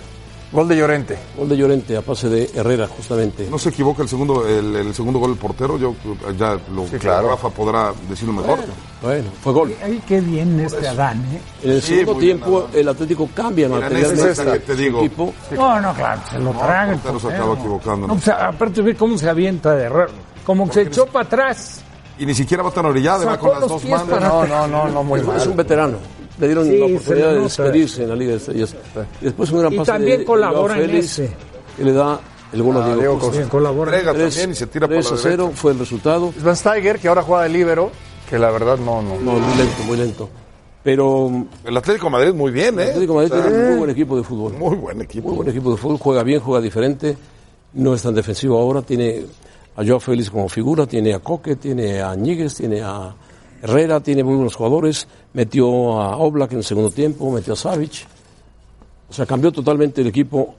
Speaker 5: Gol de Llorente.
Speaker 3: Gol de Llorente a pase de Herrera, justamente.
Speaker 4: No se equivoca el segundo, el, el segundo gol del portero. Yo ya lo
Speaker 3: Sí, claro.
Speaker 4: Rafa podrá decirlo mejor.
Speaker 3: Bueno, fue gol.
Speaker 2: Ay, qué bien este Adán, ¿eh?
Speaker 3: En el
Speaker 4: Sí,
Speaker 3: segundo
Speaker 4: muy bien,
Speaker 3: tiempo, el Atlético cambia
Speaker 4: Mira,
Speaker 3: materialmente
Speaker 4: esa es la que te
Speaker 3: su
Speaker 4: digo.
Speaker 3: equipo.
Speaker 2: No, no, claro, Ah, se lo
Speaker 4: No,
Speaker 2: traga.
Speaker 4: el portero se acaba equivocando,
Speaker 2: No,
Speaker 4: ¿no?
Speaker 2: pues, aparte, ve cómo se avienta de error. Como que se echó para atrás.
Speaker 4: Y ni siquiera va tan orillado, va
Speaker 2: Sacó
Speaker 4: con las
Speaker 2: los
Speaker 4: dos
Speaker 2: pies
Speaker 4: manos.
Speaker 2: para No, no, no, no, muy
Speaker 3: es,
Speaker 2: mal.
Speaker 3: es un veterano. Le dieron
Speaker 2: Sí,
Speaker 3: la
Speaker 2: se le
Speaker 3: oportunidad de
Speaker 2: nota.
Speaker 3: despedirse en la Liga de Estrellas. Después un gran
Speaker 2: Y
Speaker 3: pase
Speaker 2: también
Speaker 3: de- de
Speaker 2: colabora
Speaker 3: Joao
Speaker 2: en
Speaker 3: Félix,
Speaker 2: ese.
Speaker 3: que le da el gol
Speaker 5: Ah,
Speaker 3: a
Speaker 5: Diego
Speaker 3: Diego
Speaker 5: Costa.
Speaker 3: Costa.
Speaker 5: Sí, colabora. Brega
Speaker 3: Tres-
Speaker 5: también y se tira por la
Speaker 3: 3 a 0 fue el resultado.
Speaker 5: Tiger, que ahora juega de líbero, que la verdad no, no.
Speaker 3: No, muy lento, muy lento. Pero.
Speaker 4: El Atlético de Madrid muy bien, ¿eh?
Speaker 3: El Atlético de Madrid
Speaker 4: O sea,
Speaker 3: tiene un muy buen equipo de fútbol.
Speaker 4: Muy buen equipo.
Speaker 3: Muy buen equipo de fútbol. Juega bien, juega diferente. No es tan defensivo ahora. Tiene a Joao Félix como figura, tiene a Coque, tiene a Ñíguez, tiene a Herrera, tiene muy buenos jugadores. Metió a Oblak en el segundo tiempo, metió a Savic. O sea, cambió totalmente el equipo.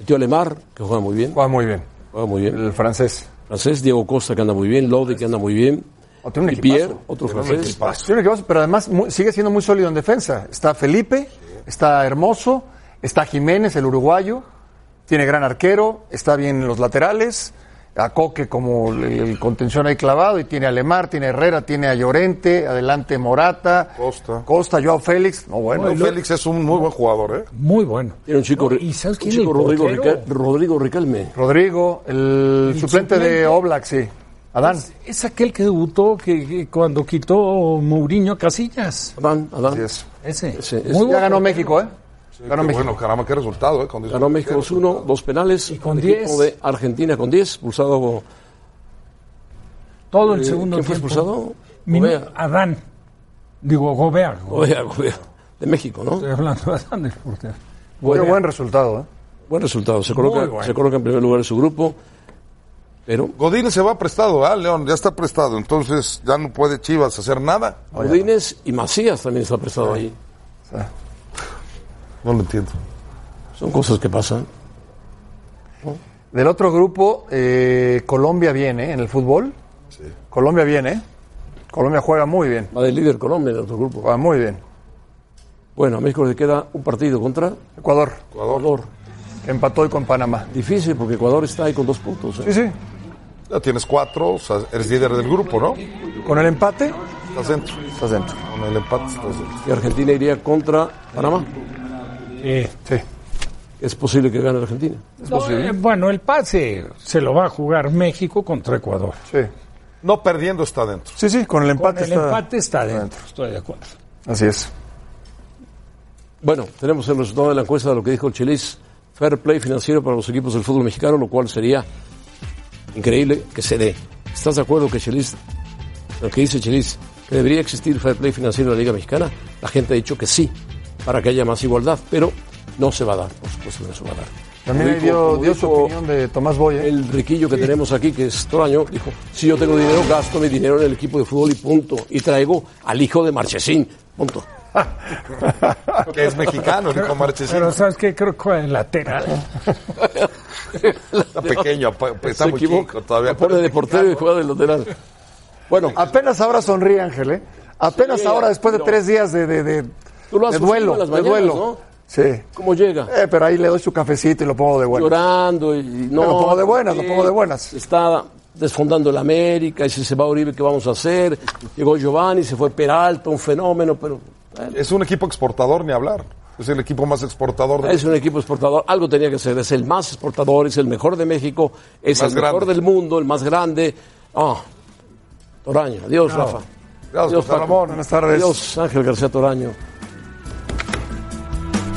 Speaker 3: Metió a Lemar, que juega muy bien. Juega
Speaker 5: muy bien.
Speaker 3: Juega muy bien.
Speaker 5: El francés.
Speaker 3: Francés, Diego Costa, que anda muy bien. Lodi, que anda muy bien.
Speaker 5: Tiene un
Speaker 3: y Pierre,
Speaker 5: equipazo.
Speaker 3: otro
Speaker 5: Tiene un
Speaker 3: francés.
Speaker 5: equipazo. Tiene un equipazo, pero además mu- sigue siendo muy sólido en defensa. Está Felipe, está Hermoso, está Jiménez, el uruguayo, tiene gran arquero, está bien en los laterales, a Coque como el, el contención ahí clavado, y tiene a Lemar, tiene a Herrera, tiene a Llorente, adelante Morata, Costa, Joao Félix. No, bueno.
Speaker 4: Bueno, Félix es un muy buen jugador, ¿eh?
Speaker 2: Muy bueno.
Speaker 3: Era un chico,
Speaker 5: ¿y sabes
Speaker 3: un
Speaker 5: quién
Speaker 3: chico
Speaker 5: el
Speaker 3: Rodrigo,
Speaker 5: portero?
Speaker 3: Rica- Rodrigo Ricalme.
Speaker 5: Rodrigo, el, suplente, de
Speaker 2: suplente?
Speaker 5: Oblak, sí. Adán.
Speaker 2: Es aquel que debutó que, que cuando quitó Mourinho a Casillas.
Speaker 3: Adán, Adán.
Speaker 2: Ese.
Speaker 3: ese.
Speaker 2: Muy
Speaker 5: ya
Speaker 2: bueno.
Speaker 5: ganó México, ¿eh? Ganó
Speaker 4: Qué
Speaker 5: México.
Speaker 4: Bueno, caramba, qué resultado, ¿eh? Con
Speaker 3: Ganó México 2-1, dos penales. Y
Speaker 2: con
Speaker 3: equipo
Speaker 2: 10.
Speaker 3: de Argentina con 10, expulsado.
Speaker 2: Todo el
Speaker 3: Eh,
Speaker 2: segundo
Speaker 3: ¿quién fue
Speaker 2: tiempo.
Speaker 3: expulsado?
Speaker 2: Minu-
Speaker 3: Gobea.
Speaker 2: Adán. Digo, Gobea.
Speaker 3: Gobea, Gobea, de México, ¿no?
Speaker 2: Estoy hablando de Adán del portero.
Speaker 3: Bueno.
Speaker 5: Qué buen resultado, ¿eh?
Speaker 3: Buen resultado. Se coloca,
Speaker 5: Muy bueno.
Speaker 3: se coloca en primer lugar en su grupo. Pero
Speaker 4: Godínez se va prestado, ¿ah, León? Ya está prestado, entonces ya no puede Chivas hacer nada.
Speaker 3: Godínez y Macías también está prestado ahí.
Speaker 4: No lo entiendo.
Speaker 3: Son cosas que pasan.
Speaker 5: Del otro grupo, eh, Colombia viene en el fútbol. Colombia viene. ¿eh? Colombia juega muy bien.
Speaker 3: Va de líder Colombia en el otro grupo.
Speaker 5: Juega muy bien.
Speaker 3: Bueno, a México le queda un partido contra
Speaker 5: Ecuador.
Speaker 3: Ecuador.
Speaker 5: que empató hoy con Panamá.
Speaker 3: Difícil porque Ecuador está ahí con dos puntos. ¿eh?
Speaker 5: Sí, sí.
Speaker 4: Ya tienes cuatro, o sea, eres líder del grupo, ¿no?
Speaker 5: Con el empate.
Speaker 4: Estás dentro.
Speaker 5: Estás dentro.
Speaker 4: Con el empate estás dentro.
Speaker 3: Y Argentina iría contra Panamá.
Speaker 5: Sí.
Speaker 3: Es posible que gane Argentina.
Speaker 2: No, eh, bueno, el pase se lo va a jugar México contra Ecuador.
Speaker 5: Sí.
Speaker 4: No perdiendo está dentro.
Speaker 5: Sí, sí, con el empate
Speaker 2: Con el
Speaker 5: está.
Speaker 2: empate está dentro. Estoy de acuerdo.
Speaker 5: Así es.
Speaker 3: Bueno, tenemos el resultado de la encuesta de lo que dijo el Chelis. Fair play financiero para los equipos del fútbol mexicano, lo cual sería increíble que se dé. ¿Estás de acuerdo que Chelis, lo que dice Chelis, que debería existir fair play financiero en la Liga Mexicana? La gente ha dicho que sí, para que haya más igualdad, pero no se va a dar, por supuesto que no se va a dar.
Speaker 5: También
Speaker 3: Como
Speaker 5: ahí dio,
Speaker 3: como
Speaker 5: dio su
Speaker 3: dijo
Speaker 5: opinión de Tomás Boya.
Speaker 3: el riquillo que tenemos aquí, que es Toraño, dijo, si yo tengo dinero, gasto mi dinero en el equipo de fútbol y punto. Y traigo al hijo de Marchesín, punto.
Speaker 4: Que es mexicano, Nico Marchesín.
Speaker 2: Pero ¿sabes qué? Creo que juega en lateral.
Speaker 4: Está pequeño, apa- pues, está
Speaker 3: Se
Speaker 4: muy
Speaker 3: equivoca.
Speaker 4: chico todavía.
Speaker 3: Lo pone de portero y juega de lateral. Bueno,
Speaker 5: Apenas ahora sonríe, Ángel, ¿eh? Apenas
Speaker 3: Sí,
Speaker 5: ahora,
Speaker 3: ya,
Speaker 5: después de
Speaker 3: no.
Speaker 5: tres días de, de, de-
Speaker 3: Tú lo has
Speaker 5: de
Speaker 3: sufrido
Speaker 5: duelo.
Speaker 3: en las
Speaker 5: de
Speaker 3: mañanas,
Speaker 5: duelo.
Speaker 3: ¿no?
Speaker 5: Sí.
Speaker 3: ¿cómo llega?
Speaker 5: Eh, pero ahí le doy su cafecito y lo pongo de bueno.
Speaker 3: Llorando y no.
Speaker 5: Lo pongo de buenas, lo
Speaker 3: eh,
Speaker 5: pongo de buenas.
Speaker 3: Está desfondando el América y si se va Uribe, ¿qué vamos a hacer? Llegó Giovanni, se fue Peralta, un fenómeno, pero
Speaker 4: Es un equipo exportador, ni hablar. Es el equipo más exportador de
Speaker 3: es un equipo exportador. Algo tenía que ser. Es el más exportador, es el mejor de México, es el
Speaker 4: Más
Speaker 3: mejor
Speaker 4: grande.
Speaker 3: del mundo, el más grande. Ah, Toraño. Adiós, Rafa.
Speaker 4: Gracias,
Speaker 3: Adiós,
Speaker 4: José
Speaker 3: Paco.
Speaker 4: Ramón.
Speaker 5: Buenas tardes.
Speaker 3: Adiós, Ángel García Toraño.